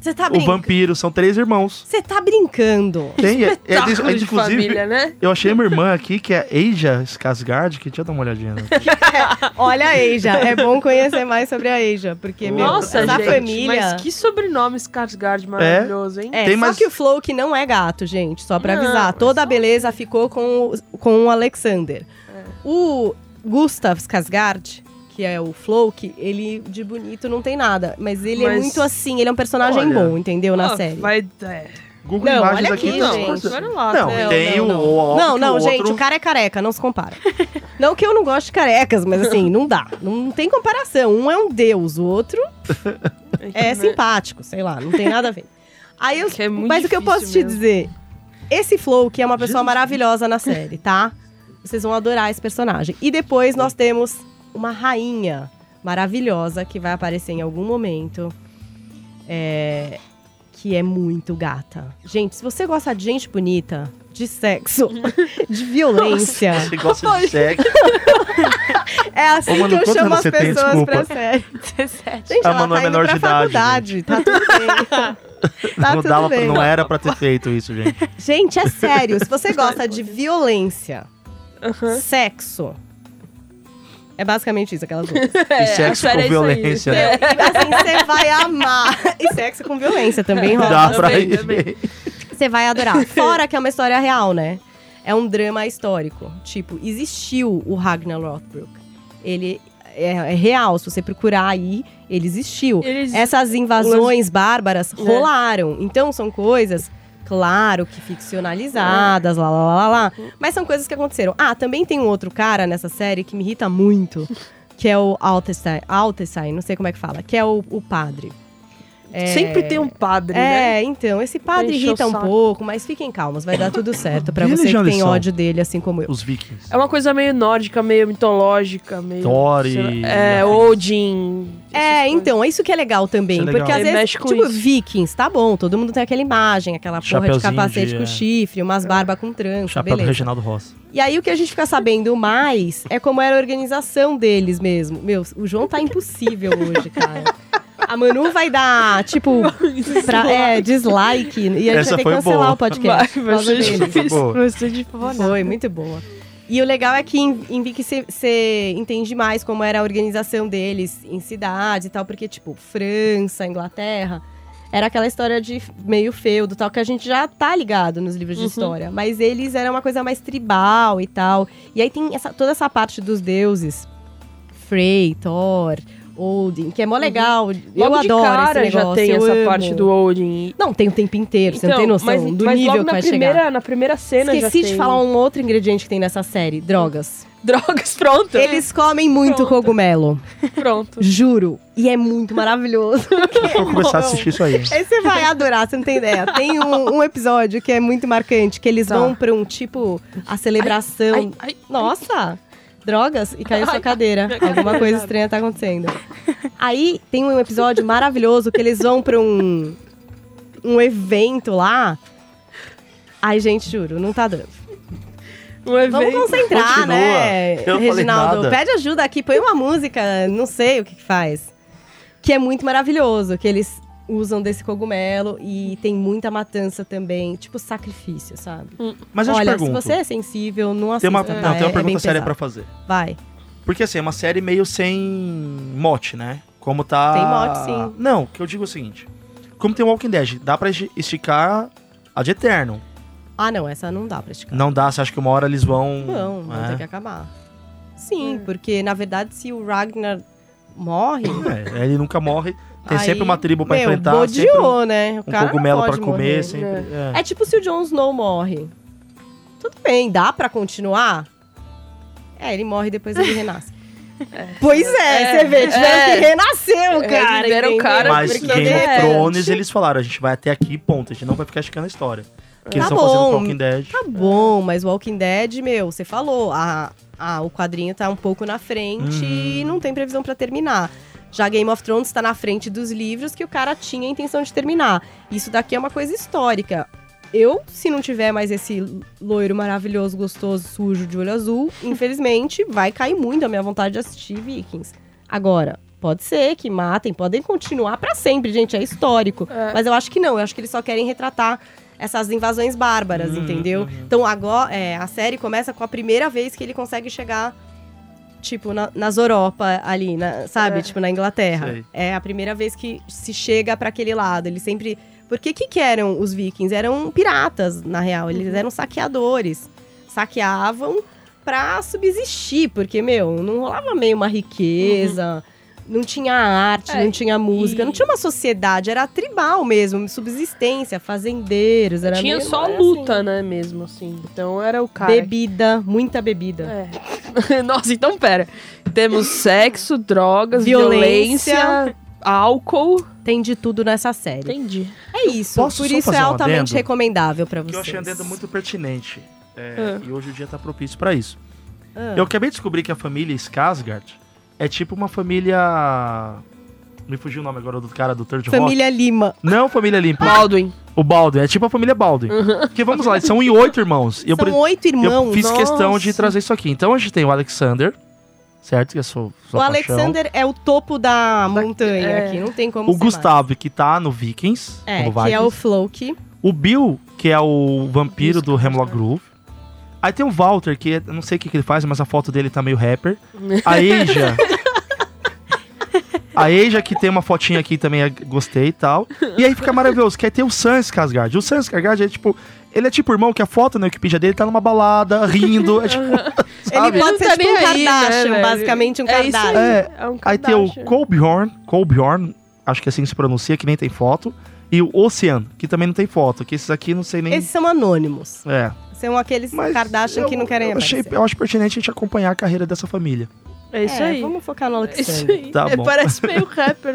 [SPEAKER 2] Você tá
[SPEAKER 3] o
[SPEAKER 2] brincando?
[SPEAKER 3] vampiro. São três irmãos.
[SPEAKER 2] Você tá brincando.
[SPEAKER 3] Tem, é, é,
[SPEAKER 4] Espetáculo de
[SPEAKER 3] inclusive,
[SPEAKER 4] família, né?
[SPEAKER 3] eu achei minha irmã aqui, que é Aja Skarsgård, que deixa eu dar uma olhadinha. né?
[SPEAKER 2] Olha a Eija. É bom conhecer mais sobre a Eija, porque é meu,
[SPEAKER 4] Nossa,
[SPEAKER 2] essa
[SPEAKER 4] gente.
[SPEAKER 2] família.
[SPEAKER 4] Mas que sobrenome Skarsgård maravilhoso, hein?
[SPEAKER 2] É,
[SPEAKER 3] Tem
[SPEAKER 2] só
[SPEAKER 3] mais-
[SPEAKER 2] que o Flow que não é gato, gente, só pra
[SPEAKER 4] Não,
[SPEAKER 2] avisar.
[SPEAKER 4] é
[SPEAKER 2] Toda a
[SPEAKER 4] só-
[SPEAKER 2] beleza ficou com, o- com o Alexander. O Gustav Skarsgård, que é o Flow, que ele de bonito não tem nada, mas ele é
[SPEAKER 4] Mas-
[SPEAKER 2] muito assim, ele é um personagem
[SPEAKER 3] Olha.
[SPEAKER 2] bom, entendeu, na
[SPEAKER 4] Ah,
[SPEAKER 2] série.
[SPEAKER 4] Vai... É.
[SPEAKER 3] Google
[SPEAKER 2] Não,
[SPEAKER 3] Imagens
[SPEAKER 2] olha
[SPEAKER 3] aqui.
[SPEAKER 2] aqui,
[SPEAKER 3] tá
[SPEAKER 2] gente.
[SPEAKER 3] distorcendo.
[SPEAKER 4] Olha lá,
[SPEAKER 3] não,
[SPEAKER 4] né?
[SPEAKER 3] tem
[SPEAKER 2] Não,
[SPEAKER 3] o
[SPEAKER 2] não,
[SPEAKER 3] o- óbvio
[SPEAKER 2] Não,
[SPEAKER 3] que
[SPEAKER 2] não,
[SPEAKER 3] o
[SPEAKER 2] gente,
[SPEAKER 3] outro-
[SPEAKER 2] o cara é careca, não se compara. não que eu não gosto de carecas, mas assim, não dá. Não, não tem comparação. Um é um deus, o outro é
[SPEAKER 4] que, né?
[SPEAKER 2] simpático, sei lá, não tem nada a ver. Aí eu
[SPEAKER 4] Que é muito
[SPEAKER 2] Mas o que eu
[SPEAKER 4] difícil
[SPEAKER 2] posso te
[SPEAKER 4] mesmo.
[SPEAKER 2] dizer? Esse Flow, que é uma pessoa
[SPEAKER 3] Jesus.
[SPEAKER 2] maravilhosa na série, tá? Vocês vão adorar esse personagem. E depois nós temos uma rainha maravilhosa que vai aparecer em algum momento. é, Que é muito gata. Gente, se você gosta de gente bonita, de sexo, de violência,
[SPEAKER 3] Você gosta de sexo.
[SPEAKER 2] é assim
[SPEAKER 3] Ô, mano,
[SPEAKER 2] que eu
[SPEAKER 3] quantos
[SPEAKER 2] chamo
[SPEAKER 3] anos
[SPEAKER 2] as
[SPEAKER 3] você tem?
[SPEAKER 2] pessoas pra
[SPEAKER 3] Desculpa.
[SPEAKER 2] série.
[SPEAKER 5] 17.
[SPEAKER 2] Gente,
[SPEAKER 3] Ah,
[SPEAKER 2] ela
[SPEAKER 3] mano,
[SPEAKER 2] tá
[SPEAKER 3] é
[SPEAKER 2] indo
[SPEAKER 3] menor
[SPEAKER 2] pra
[SPEAKER 3] de idade,
[SPEAKER 2] faculdade, tá tudo bem. tá
[SPEAKER 3] não,
[SPEAKER 2] tudo
[SPEAKER 3] dava pra-
[SPEAKER 2] bem.
[SPEAKER 3] não era pra ter feito isso, gente.
[SPEAKER 2] Gente, é sério. Se você gosta de violência, sexo. É basicamente isso, aquelas duas.
[SPEAKER 4] É,
[SPEAKER 3] e
[SPEAKER 4] a
[SPEAKER 3] sexo
[SPEAKER 4] série é
[SPEAKER 3] com
[SPEAKER 4] isso aí.
[SPEAKER 3] violência. né?
[SPEAKER 4] É,
[SPEAKER 2] Assim, você vai amar. E sexo com violência também rola.
[SPEAKER 3] Dá pra
[SPEAKER 4] também,
[SPEAKER 3] ir
[SPEAKER 4] também.
[SPEAKER 3] ver.
[SPEAKER 2] Você vai adorar. Fora que é uma história real, né? É um drama histórico. Tipo, existiu o Ragnar Lothbrok. Ele é, é real. Se você procurar aí, ele existiu.
[SPEAKER 4] Eles-
[SPEAKER 2] Essas invasões bárbaras
[SPEAKER 4] É.
[SPEAKER 2] rolaram. Então, são coisas, claro, que ficcionalizadas, lá, lá, lá, lá, lá. Mas são coisas que aconteceram. Ah, também tem um outro cara nessa série que me irrita muito, que é o Altestein, Altestein não sei como é que fala, que é o, o padre. É,
[SPEAKER 4] Sempre tem um padre, né?
[SPEAKER 2] É, então, esse padre
[SPEAKER 4] Encheu o
[SPEAKER 2] irrita um
[SPEAKER 4] saco.
[SPEAKER 2] pouco, mas fiquem calmos, vai dar tudo certo pra
[SPEAKER 3] E
[SPEAKER 2] você que
[SPEAKER 3] religião
[SPEAKER 2] tem
[SPEAKER 3] eles são?
[SPEAKER 2] ódio dele, assim como eu.
[SPEAKER 3] Os vikings.
[SPEAKER 4] É uma coisa meio nórdica, meio mitológica, meio.
[SPEAKER 3] Thor e-
[SPEAKER 4] sei lá, É, Odin.
[SPEAKER 2] É,
[SPEAKER 4] essas
[SPEAKER 2] então, é isso que é legal também.
[SPEAKER 3] Isso é legal.
[SPEAKER 2] Porque às
[SPEAKER 4] Ele
[SPEAKER 2] vezes,
[SPEAKER 4] mexe com
[SPEAKER 2] tipo,
[SPEAKER 4] isso.
[SPEAKER 2] Vikings, tá bom, todo mundo tem aquela imagem, aquela porra de
[SPEAKER 3] Chapeuzinho
[SPEAKER 2] capacete
[SPEAKER 3] de,
[SPEAKER 2] com
[SPEAKER 3] é.
[SPEAKER 2] chifre, umas barbas com trança,
[SPEAKER 3] Chapéu do
[SPEAKER 2] beleza.
[SPEAKER 3] Reginaldo Rossi.
[SPEAKER 2] E aí o que a gente fica sabendo mais é como era a organização deles mesmo. Meu, o João tá impossível hoje, cara. A Manu vai dar, tipo, pra- é, dislike e a gente vai ter
[SPEAKER 3] Essa
[SPEAKER 2] que
[SPEAKER 3] foi
[SPEAKER 2] cancelar
[SPEAKER 3] boa.
[SPEAKER 2] o podcast. por
[SPEAKER 4] Vai, vai
[SPEAKER 2] causa
[SPEAKER 4] ser
[SPEAKER 2] deles.
[SPEAKER 3] Boa.
[SPEAKER 4] difícil. Vai ser difícil.
[SPEAKER 2] Foi, muito boa. E o legal é que em, em Vic você entende mais como era a organização deles em cidades e tal, porque, tipo, França, Inglaterra, era aquela história de meio feudo e tal, que a gente já tá ligado nos livros
[SPEAKER 4] Uhum.
[SPEAKER 2] de história. Mas eles eram uma coisa mais tribal e tal. E aí tem essa- toda essa parte dos deuses. Frey, Thor, Odin, que é mó legal. Eu
[SPEAKER 4] Uhum. Logo de
[SPEAKER 2] adoro
[SPEAKER 4] cara
[SPEAKER 2] esse negócio.
[SPEAKER 4] já tem
[SPEAKER 2] eu
[SPEAKER 4] essa
[SPEAKER 2] amo.
[SPEAKER 4] parte do Odin. Então,
[SPEAKER 2] Não, tem o tempo inteiro, você não tem noção
[SPEAKER 4] mas,
[SPEAKER 2] do
[SPEAKER 4] mas
[SPEAKER 2] nível
[SPEAKER 4] logo
[SPEAKER 2] que
[SPEAKER 4] na
[SPEAKER 2] vai
[SPEAKER 4] primeira,
[SPEAKER 2] chegar.
[SPEAKER 4] na primeira cena já
[SPEAKER 2] Esqueci de
[SPEAKER 4] tem
[SPEAKER 2] falar um outro ingrediente que tem nessa série, drogas.
[SPEAKER 4] drogas pronto.
[SPEAKER 2] Eles comem muito
[SPEAKER 4] Pronto.
[SPEAKER 2] cogumelo,
[SPEAKER 4] pronto.
[SPEAKER 2] juro. E é muito maravilhoso.
[SPEAKER 3] Acho que eu vou começar a assistir isso aí.
[SPEAKER 2] Aí você vai adorar, você não tem ideia. Tem um, um episódio que é muito marcante, que eles
[SPEAKER 4] Tá.
[SPEAKER 2] vão pra um tipo, a celebração.
[SPEAKER 4] Ai, ai,
[SPEAKER 2] Nossa! Drogas e caiu sua cadeira. Alguma coisa estranha tá acontecendo. Aí tem um episódio maravilhoso que eles vão pra um um evento lá. Ai, gente, juro, não tá dando.
[SPEAKER 4] um evento.
[SPEAKER 2] Vamos concentrar,
[SPEAKER 3] Continua.
[SPEAKER 2] né?
[SPEAKER 3] Eu não falei
[SPEAKER 2] Reginaldo,
[SPEAKER 3] nada.
[SPEAKER 2] pede ajuda aqui, põe uma música, não sei o que, que faz. Que é muito maravilhoso, que eles usam desse cogumelo e tem muita matança também, tipo sacrifício, sabe?
[SPEAKER 3] Mas eu te
[SPEAKER 2] Olha, se
[SPEAKER 3] pergunto.
[SPEAKER 2] você é sensível, não assista.
[SPEAKER 3] Tem uma,
[SPEAKER 2] tá?
[SPEAKER 3] não,
[SPEAKER 2] É-
[SPEAKER 3] tem uma
[SPEAKER 2] é
[SPEAKER 3] pergunta
[SPEAKER 2] bem
[SPEAKER 3] séria pra
[SPEAKER 2] pesado.
[SPEAKER 3] fazer.
[SPEAKER 2] Vai.
[SPEAKER 3] Porque assim, é uma série meio sem mote, né? Como tá.
[SPEAKER 2] Tem mote, sim.
[SPEAKER 3] Não, que eu digo o seguinte: como tem Walking Dead, dá pra esticar a de Eterno.
[SPEAKER 2] Ah, não, essa não dá pra esticar.
[SPEAKER 3] Não dá, você acha que uma hora eles vão.
[SPEAKER 2] Não, vão
[SPEAKER 3] é.
[SPEAKER 2] ter que acabar. Sim,
[SPEAKER 3] Hum.
[SPEAKER 2] porque na verdade se o Ragnar morre,
[SPEAKER 3] É, ele nunca morre. Tem
[SPEAKER 2] Aí,
[SPEAKER 3] sempre uma tribo pra
[SPEAKER 2] meu,
[SPEAKER 3] enfrentar. sempre um,
[SPEAKER 2] bodeou, né? O
[SPEAKER 3] um
[SPEAKER 2] cara não
[SPEAKER 3] cogumelo
[SPEAKER 2] pode
[SPEAKER 3] pra comer.
[SPEAKER 2] morrer.
[SPEAKER 3] sempre, é.
[SPEAKER 2] É tipo se o Jon Snow morre. Tudo bem, dá pra continuar? É, ele morre e depois ele renasce. Pois é,
[SPEAKER 4] É,
[SPEAKER 2] você vê, tiveram
[SPEAKER 4] é.
[SPEAKER 2] que renascer o
[SPEAKER 4] É,
[SPEAKER 2] cara.
[SPEAKER 4] tiveram o
[SPEAKER 2] entendeu?
[SPEAKER 4] cara
[SPEAKER 3] Mas
[SPEAKER 4] porque-
[SPEAKER 3] Game of
[SPEAKER 4] é.
[SPEAKER 3] Thrones, eles falaram: a gente vai até aqui, ponto. A gente não vai ficar esticando a história. Porque eles
[SPEAKER 2] Tá
[SPEAKER 3] estão fazendo
[SPEAKER 2] bom.
[SPEAKER 3] com Walking Dead.
[SPEAKER 2] Tá bom, mas Walking Dead, meu, você falou, a, a- o quadrinho tá um pouco na frente
[SPEAKER 3] Hum.
[SPEAKER 2] e não tem previsão pra terminar. Já Game of Thrones tá na frente dos livros que o cara tinha a intenção de terminar. Isso daqui é uma coisa histórica. Eu, se não tiver mais esse loiro maravilhoso, gostoso, sujo, de olho azul, infelizmente, vai cair muito a minha vontade de assistir Vikings. Agora, pode ser que matem, podem continuar pra sempre, gente, é histórico.
[SPEAKER 4] É.
[SPEAKER 2] Mas eu acho que não, eu acho que eles só querem retratar essas invasões bárbaras,
[SPEAKER 3] Hum,
[SPEAKER 2] entendeu? Então agora é, a série começa com a primeira vez que ele consegue chegar, tipo, na, nas Europa ali, na- sabe?
[SPEAKER 4] É.
[SPEAKER 2] Tipo, na Inglaterra.
[SPEAKER 3] Sei.
[SPEAKER 2] É a primeira vez que se chega pra aquele lado. Ele sempre. Porque o que, que eram os vikings? Eram piratas, na real. Eles
[SPEAKER 4] Uhum.
[SPEAKER 2] eram saqueadores. Saqueavam pra subsistir, porque, meu, não rolava meio uma riqueza. Não tinha arte,
[SPEAKER 4] É,
[SPEAKER 2] não tinha música,
[SPEAKER 4] e-
[SPEAKER 2] não tinha uma sociedade, era tribal mesmo, subsistência, fazendeiros, era
[SPEAKER 4] Tinha
[SPEAKER 2] meio- é assim,
[SPEAKER 4] só
[SPEAKER 2] era
[SPEAKER 4] luta, né, mesmo, assim. Então era o cara.
[SPEAKER 2] Bebida, muita bebida.
[SPEAKER 4] É. Nossa, então pera. Temos sexo, drogas,
[SPEAKER 2] Violência.
[SPEAKER 4] violência, álcool.
[SPEAKER 2] Tem de tudo nessa série.
[SPEAKER 4] Entendi.
[SPEAKER 2] É isso.
[SPEAKER 3] posso
[SPEAKER 2] Por
[SPEAKER 3] só
[SPEAKER 2] isso
[SPEAKER 3] fazer
[SPEAKER 2] é
[SPEAKER 3] um
[SPEAKER 2] altamente
[SPEAKER 3] adendo?
[SPEAKER 2] recomendável pra
[SPEAKER 3] Que
[SPEAKER 2] vocês.
[SPEAKER 3] eu achei um dedo muito pertinente.
[SPEAKER 4] Ah.
[SPEAKER 3] É, E hoje o dia tá propício pra isso.
[SPEAKER 2] Ah.
[SPEAKER 3] Eu acabei de descobrir que a família Skarsgård é tipo uma família. Me fugiu o nome agora do cara do Third Rock.
[SPEAKER 2] Família Lima.
[SPEAKER 3] Não, família limpa.
[SPEAKER 4] Baldwin.
[SPEAKER 3] O Baldwin. É tipo a família Baldwin. Porque vamos lá, eles são em oito irmãos. E eu,
[SPEAKER 2] Uhum. São
[SPEAKER 3] pre-
[SPEAKER 2] oito
[SPEAKER 3] eu
[SPEAKER 2] irmãos.
[SPEAKER 3] fiz
[SPEAKER 2] nossa.
[SPEAKER 3] questão de trazer isso aqui. Então a gente tem o Alexander, certo? Que é sua,
[SPEAKER 2] O
[SPEAKER 3] sua paixão.
[SPEAKER 2] Alexander é o topo da montanha
[SPEAKER 4] é.
[SPEAKER 2] aqui, não tem como
[SPEAKER 3] O
[SPEAKER 2] ser
[SPEAKER 3] Gustavo, que tá no Vikings.
[SPEAKER 2] mais. É,
[SPEAKER 3] no
[SPEAKER 2] que é o
[SPEAKER 3] Vikings.
[SPEAKER 2] Floki.
[SPEAKER 3] o... Bill, que é o vampiro do Hemlock Groove. Aí tem o Walter, que é- eu não sei o que, que ele faz, mas a foto dele tá meio rapper. A Asia. A Asia, que tem uma fotinha aqui também, eh, gostei e tal. E aí fica maravilhoso, que aí tem o Sans Skarsgård. O Sans Skarsgård é tipo... Ele é tipo o irmão que a foto na Wikipedia dele tá numa balada, rindo. É tipo,
[SPEAKER 2] Ele
[SPEAKER 3] sabe?
[SPEAKER 2] pode
[SPEAKER 4] Não
[SPEAKER 2] ser
[SPEAKER 4] tá
[SPEAKER 2] tipo um
[SPEAKER 4] nem aí, né,
[SPEAKER 2] Kardashian,
[SPEAKER 4] velho?
[SPEAKER 2] basicamente um
[SPEAKER 4] É isso
[SPEAKER 2] Kardashian.
[SPEAKER 3] É,
[SPEAKER 4] É um
[SPEAKER 3] Aí tem o
[SPEAKER 4] Kardashian.
[SPEAKER 3] Colbjorn, Colbjorn, acho que é assim que se pronuncia, que nem tem foto. E o Ocean, que também não tem foto, que esses aqui não sei nem.
[SPEAKER 2] Esses são anônimos.
[SPEAKER 3] É.
[SPEAKER 2] São aqueles
[SPEAKER 3] Mas
[SPEAKER 2] Kardashian
[SPEAKER 3] eu-
[SPEAKER 2] que não querem
[SPEAKER 3] eu, achei,
[SPEAKER 2] aparecer.
[SPEAKER 3] eu acho pertinente a gente acompanhar a carreira dessa família.
[SPEAKER 4] É isso
[SPEAKER 2] É,
[SPEAKER 4] aí.
[SPEAKER 2] vamos focar no
[SPEAKER 4] É
[SPEAKER 2] Alexander.
[SPEAKER 4] isso aí.
[SPEAKER 3] Tá
[SPEAKER 4] É,
[SPEAKER 3] bom. é.
[SPEAKER 4] parece meio rapper,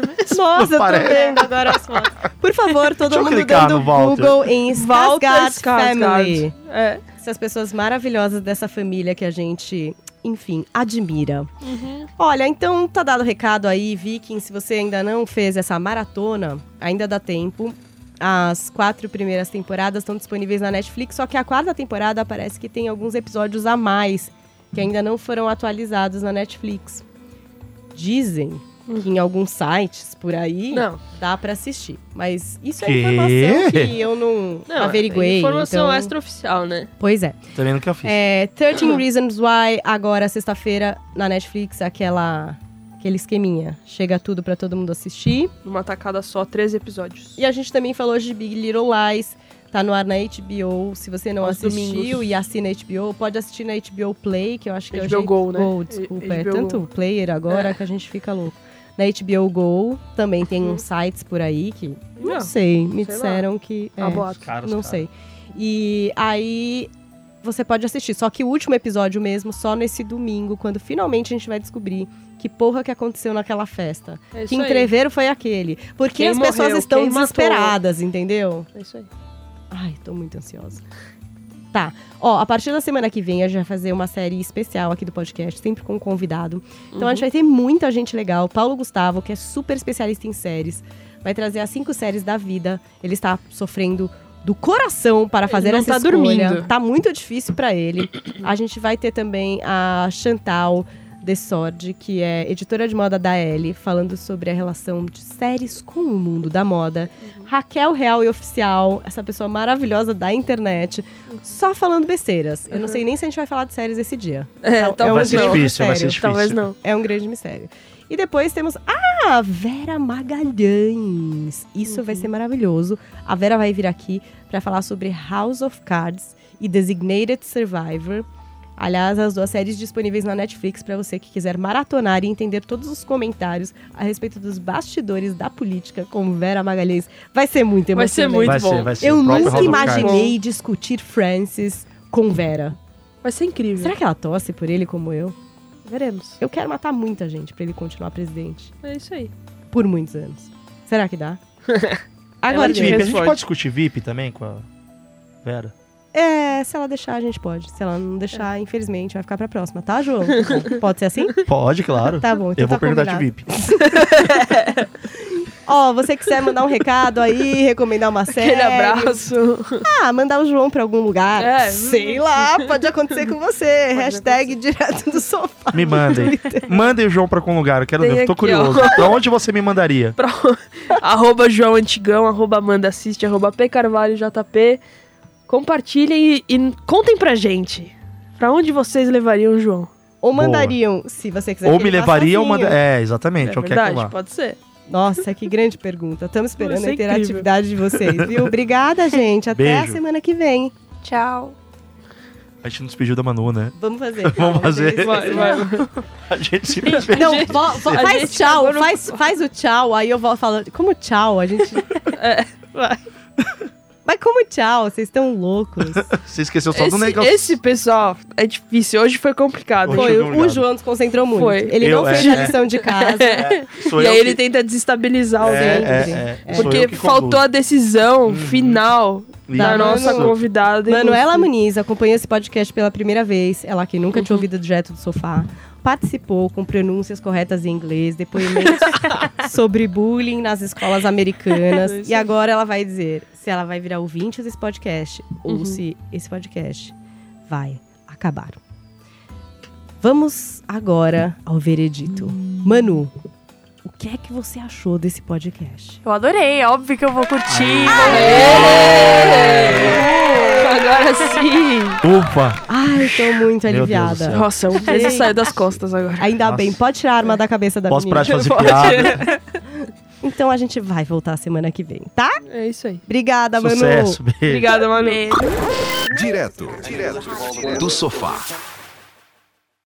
[SPEAKER 4] né?
[SPEAKER 2] Nossa, eu tô
[SPEAKER 3] Parece.
[SPEAKER 2] vendo agora as fotos. Por favor, todo
[SPEAKER 3] Deixa eu
[SPEAKER 2] mundo
[SPEAKER 3] clicar
[SPEAKER 2] dando
[SPEAKER 3] no Walter.
[SPEAKER 2] Google em
[SPEAKER 4] Walter
[SPEAKER 2] Skarsgård
[SPEAKER 4] Skarsgård.
[SPEAKER 2] Family.
[SPEAKER 4] É.
[SPEAKER 2] Essas pessoas maravilhosas dessa família que a gente, enfim, admira.
[SPEAKER 4] Uhum.
[SPEAKER 2] Olha, então tá dado o recado aí, Viking. Se você ainda não fez essa maratona, ainda dá tempo. As quatro primeiras temporadas estão disponíveis na Netflix, só que a quarta temporada parece que tem alguns episódios a mais que ainda não foram atualizados na Netflix. Dizem que em alguns sites por aí
[SPEAKER 4] Hum. Não.
[SPEAKER 2] dá pra assistir, mas isso
[SPEAKER 3] Quê?
[SPEAKER 2] é informação que eu não,
[SPEAKER 4] Não,
[SPEAKER 2] averiguei.
[SPEAKER 4] é informação
[SPEAKER 2] então...
[SPEAKER 4] extraoficial, né?
[SPEAKER 2] Pois é.
[SPEAKER 3] Também nunca fiz.
[SPEAKER 2] É, 13 Reasons Why, agora sexta-feira na Netflix, aquela aquele esqueminha. Chega tudo pra todo mundo assistir.
[SPEAKER 4] Numa tacada só, 13 episódios.
[SPEAKER 2] E a gente também falou de Big Little Lies, tá no ar na HBO. Se você não
[SPEAKER 4] Aos
[SPEAKER 2] assistiu
[SPEAKER 4] domingos.
[SPEAKER 2] e assina HBO, pode assistir na HBO Play, que eu acho que é o
[SPEAKER 4] HBO
[SPEAKER 2] jeito...
[SPEAKER 4] Go, né?
[SPEAKER 2] Go, desculpa, é
[SPEAKER 4] HBO
[SPEAKER 2] tanto player agora que a gente fica louco. Na HBO Go também tem uns sites por aí é. Tá. que. Não,
[SPEAKER 4] Não, Tá
[SPEAKER 2] sei, me
[SPEAKER 4] Ah. sei lá.
[SPEAKER 2] disseram que. é.
[SPEAKER 4] Há boatos.
[SPEAKER 3] Caros,
[SPEAKER 2] não
[SPEAKER 3] cara.
[SPEAKER 2] sei. E aí você pode assistir. Só que o último episódio mesmo, só nesse domingo, quando finalmente a gente vai descobrir que porra que aconteceu naquela festa.
[SPEAKER 4] É isso
[SPEAKER 2] que
[SPEAKER 4] aí.
[SPEAKER 2] entreveiro foi aquele. Porque
[SPEAKER 4] Quem
[SPEAKER 2] as pessoas
[SPEAKER 4] morreu,
[SPEAKER 2] estão
[SPEAKER 4] quem matou.
[SPEAKER 2] desesperadas, entendeu?
[SPEAKER 4] É isso aí.
[SPEAKER 2] Ai, tô muito ansiosa. Tá. Ó, a partir da semana que vem a gente vai fazer uma série especial aqui do podcast, sempre com um convidado. Então a gente vai
[SPEAKER 4] Uhum.
[SPEAKER 2] ter muita gente legal. Paulo Gustavo, que é super especialista em séries, vai trazer as cinco séries da vida. Ele está sofrendo do coração para fazer
[SPEAKER 4] não
[SPEAKER 2] essa
[SPEAKER 4] tá
[SPEAKER 2] escolha.
[SPEAKER 4] dormindo.
[SPEAKER 2] Tá muito difícil para ele. A gente vai ter também a Chantal Desord, que é editora de moda da Elle, falando sobre a relação de séries com o mundo da moda.
[SPEAKER 4] Uhum.
[SPEAKER 2] Raquel Real e Oficial, essa pessoa maravilhosa da internet, só falando besteiras. Eu não sei nem se a gente vai falar de séries esse dia.
[SPEAKER 4] É,
[SPEAKER 2] Então,
[SPEAKER 4] talvez
[SPEAKER 3] Vai ser
[SPEAKER 4] não.
[SPEAKER 3] difícil, vai ser
[SPEAKER 2] Sério,
[SPEAKER 3] difícil.
[SPEAKER 4] Talvez não.
[SPEAKER 2] É um grande mistério. E depois temos a Vera Magalhães. Isso vai
[SPEAKER 4] Uhum.
[SPEAKER 2] ser maravilhoso. A Vera vai vir aqui para falar sobre House of Cards e Designated Survivor. Aliás, as duas séries disponíveis na Netflix para você que quiser maratonar e entender todos os comentários a respeito dos bastidores da política com Vera Magalhães. Vai ser muito
[SPEAKER 4] Vai ser
[SPEAKER 2] emocionante.
[SPEAKER 3] vai
[SPEAKER 4] muito bom.
[SPEAKER 3] ser, vai ser.
[SPEAKER 2] Eu
[SPEAKER 3] O próprio
[SPEAKER 2] nunca
[SPEAKER 3] House of Cards.
[SPEAKER 2] imaginei discutir Francis com Vera.
[SPEAKER 4] Vai ser incrível.
[SPEAKER 2] Será que ela tosse por ele como eu?
[SPEAKER 4] Veremos.
[SPEAKER 2] Eu quero matar muita gente pra ele continuar presidente.
[SPEAKER 4] É isso aí.
[SPEAKER 2] Por muitos anos. Será que dá?
[SPEAKER 3] A
[SPEAKER 2] Agora,
[SPEAKER 3] gente, VIP, a gente
[SPEAKER 4] responde.
[SPEAKER 3] pode discutir VIP também com a Vera?
[SPEAKER 2] é, se ela deixar, a gente pode. Se ela não deixar, infelizmente, vai ficar pra próxima, tá, João? pode ser assim?
[SPEAKER 3] Pode, claro.
[SPEAKER 2] Tá bom, então
[SPEAKER 3] Eu vou
[SPEAKER 2] tá
[SPEAKER 3] perguntar
[SPEAKER 2] combinado.
[SPEAKER 3] de VIP.
[SPEAKER 2] Ó, você quiser mandar um recado aí, recomendar uma série.
[SPEAKER 4] Aquele abraço.
[SPEAKER 2] Ah, mandar o João pra algum lugar.
[SPEAKER 4] É.
[SPEAKER 2] Sei lá, pode acontecer com você. Hashtag direto do sofá.
[SPEAKER 3] Me mandem. Mandem o João pra algum lugar, eu quero
[SPEAKER 4] Tem
[SPEAKER 3] ver, eu tô
[SPEAKER 4] aqui,
[SPEAKER 3] curioso.
[SPEAKER 4] ó.
[SPEAKER 3] Pra onde você me mandaria?
[SPEAKER 4] Pra... arroba João Antigão, arroba Amanda Assiste, arroba P Carvalho JP. Compartilhem e, e contem pra gente. Pra onde vocês levariam o João?
[SPEAKER 2] Ou mandariam, se você quiser.
[SPEAKER 3] Ou
[SPEAKER 2] que
[SPEAKER 3] me
[SPEAKER 2] ele vá
[SPEAKER 3] levaria ou
[SPEAKER 2] sozinho.
[SPEAKER 3] manda... É, exatamente,
[SPEAKER 4] assim, é
[SPEAKER 3] eu quero
[SPEAKER 4] verdade?
[SPEAKER 3] lá.
[SPEAKER 4] Pode ser.
[SPEAKER 2] Nossa, que grande pergunta. Estamos esperando
[SPEAKER 4] Isso
[SPEAKER 2] a
[SPEAKER 4] é
[SPEAKER 2] interatividade de vocês, viu? Obrigada, gente. Até a
[SPEAKER 3] Beijo.
[SPEAKER 2] semana que vem.
[SPEAKER 5] Tchau.
[SPEAKER 3] A gente não despediu da Manu, né?
[SPEAKER 2] Vamos fazer.
[SPEAKER 3] Vamos fazer.
[SPEAKER 2] isso,
[SPEAKER 4] Vai,
[SPEAKER 2] isso.
[SPEAKER 4] vai.
[SPEAKER 3] A gente se despediu.
[SPEAKER 2] Não, vo- vo-
[SPEAKER 4] a
[SPEAKER 2] faz
[SPEAKER 4] gente
[SPEAKER 2] tchau,
[SPEAKER 4] agora não-
[SPEAKER 2] faz, faz o tchau, aí eu volto falando. Como tchau? A gente.
[SPEAKER 4] É, vai.
[SPEAKER 2] Mas como tchau? Vocês estão loucos.
[SPEAKER 3] Você esqueceu só do
[SPEAKER 4] Esse,
[SPEAKER 3] negócio.
[SPEAKER 4] esse, pessoal é difícil. Hoje foi complicado.
[SPEAKER 3] é Hoje
[SPEAKER 2] Foi,
[SPEAKER 3] eu tô
[SPEAKER 2] o
[SPEAKER 3] ligado.
[SPEAKER 2] João desconcentrou muito.
[SPEAKER 4] Foi.
[SPEAKER 2] Ele
[SPEAKER 3] Eu,
[SPEAKER 2] não
[SPEAKER 3] é,
[SPEAKER 2] fez a
[SPEAKER 3] é.
[SPEAKER 2] lição de casa.
[SPEAKER 3] Sou
[SPEAKER 4] e
[SPEAKER 3] eu
[SPEAKER 4] aí ele
[SPEAKER 3] que-
[SPEAKER 4] tenta desestabilizar
[SPEAKER 3] É,
[SPEAKER 4] alguém.
[SPEAKER 3] é, é, sou eu
[SPEAKER 4] Porque
[SPEAKER 3] que Uhum.
[SPEAKER 4] faltou a decisão final
[SPEAKER 3] conduzo.
[SPEAKER 4] da
[SPEAKER 2] Isso.
[SPEAKER 4] nossa
[SPEAKER 2] Manu-
[SPEAKER 4] convidada.
[SPEAKER 2] Manuela Muniz acompanhou esse podcast pela primeira vez. Ela que nunca tinha ouvido direto do sofá. Participou com pronúncias corretas em inglês, depoimentos sobre bullying nas escolas americanas. E agora ela vai dizer se ela vai virar ouvinte desse podcast ou se esse podcast vai acabar. Vamos agora ao veredito. Manu, o que é que você achou desse podcast?
[SPEAKER 5] Eu adorei, é óbvio que eu vou curtir.
[SPEAKER 4] Agora sim.
[SPEAKER 3] Ufa!
[SPEAKER 2] Ai, tô muito
[SPEAKER 3] Meu Deus do
[SPEAKER 2] aliviada.
[SPEAKER 3] céu.
[SPEAKER 4] Nossa, um peso saiu das costas agora.
[SPEAKER 2] Ainda
[SPEAKER 3] Nossa.
[SPEAKER 2] bem, pode tirar a arma da cabeça da
[SPEAKER 3] Posso parar
[SPEAKER 2] menina.
[SPEAKER 3] de fazer piada?
[SPEAKER 2] Então a gente vai voltar semana que vem, tá?
[SPEAKER 4] É isso aí.
[SPEAKER 2] Obrigada, Manu.
[SPEAKER 3] Sucesso, beijo.
[SPEAKER 4] Obrigada, Manu.
[SPEAKER 1] Direto do sofá.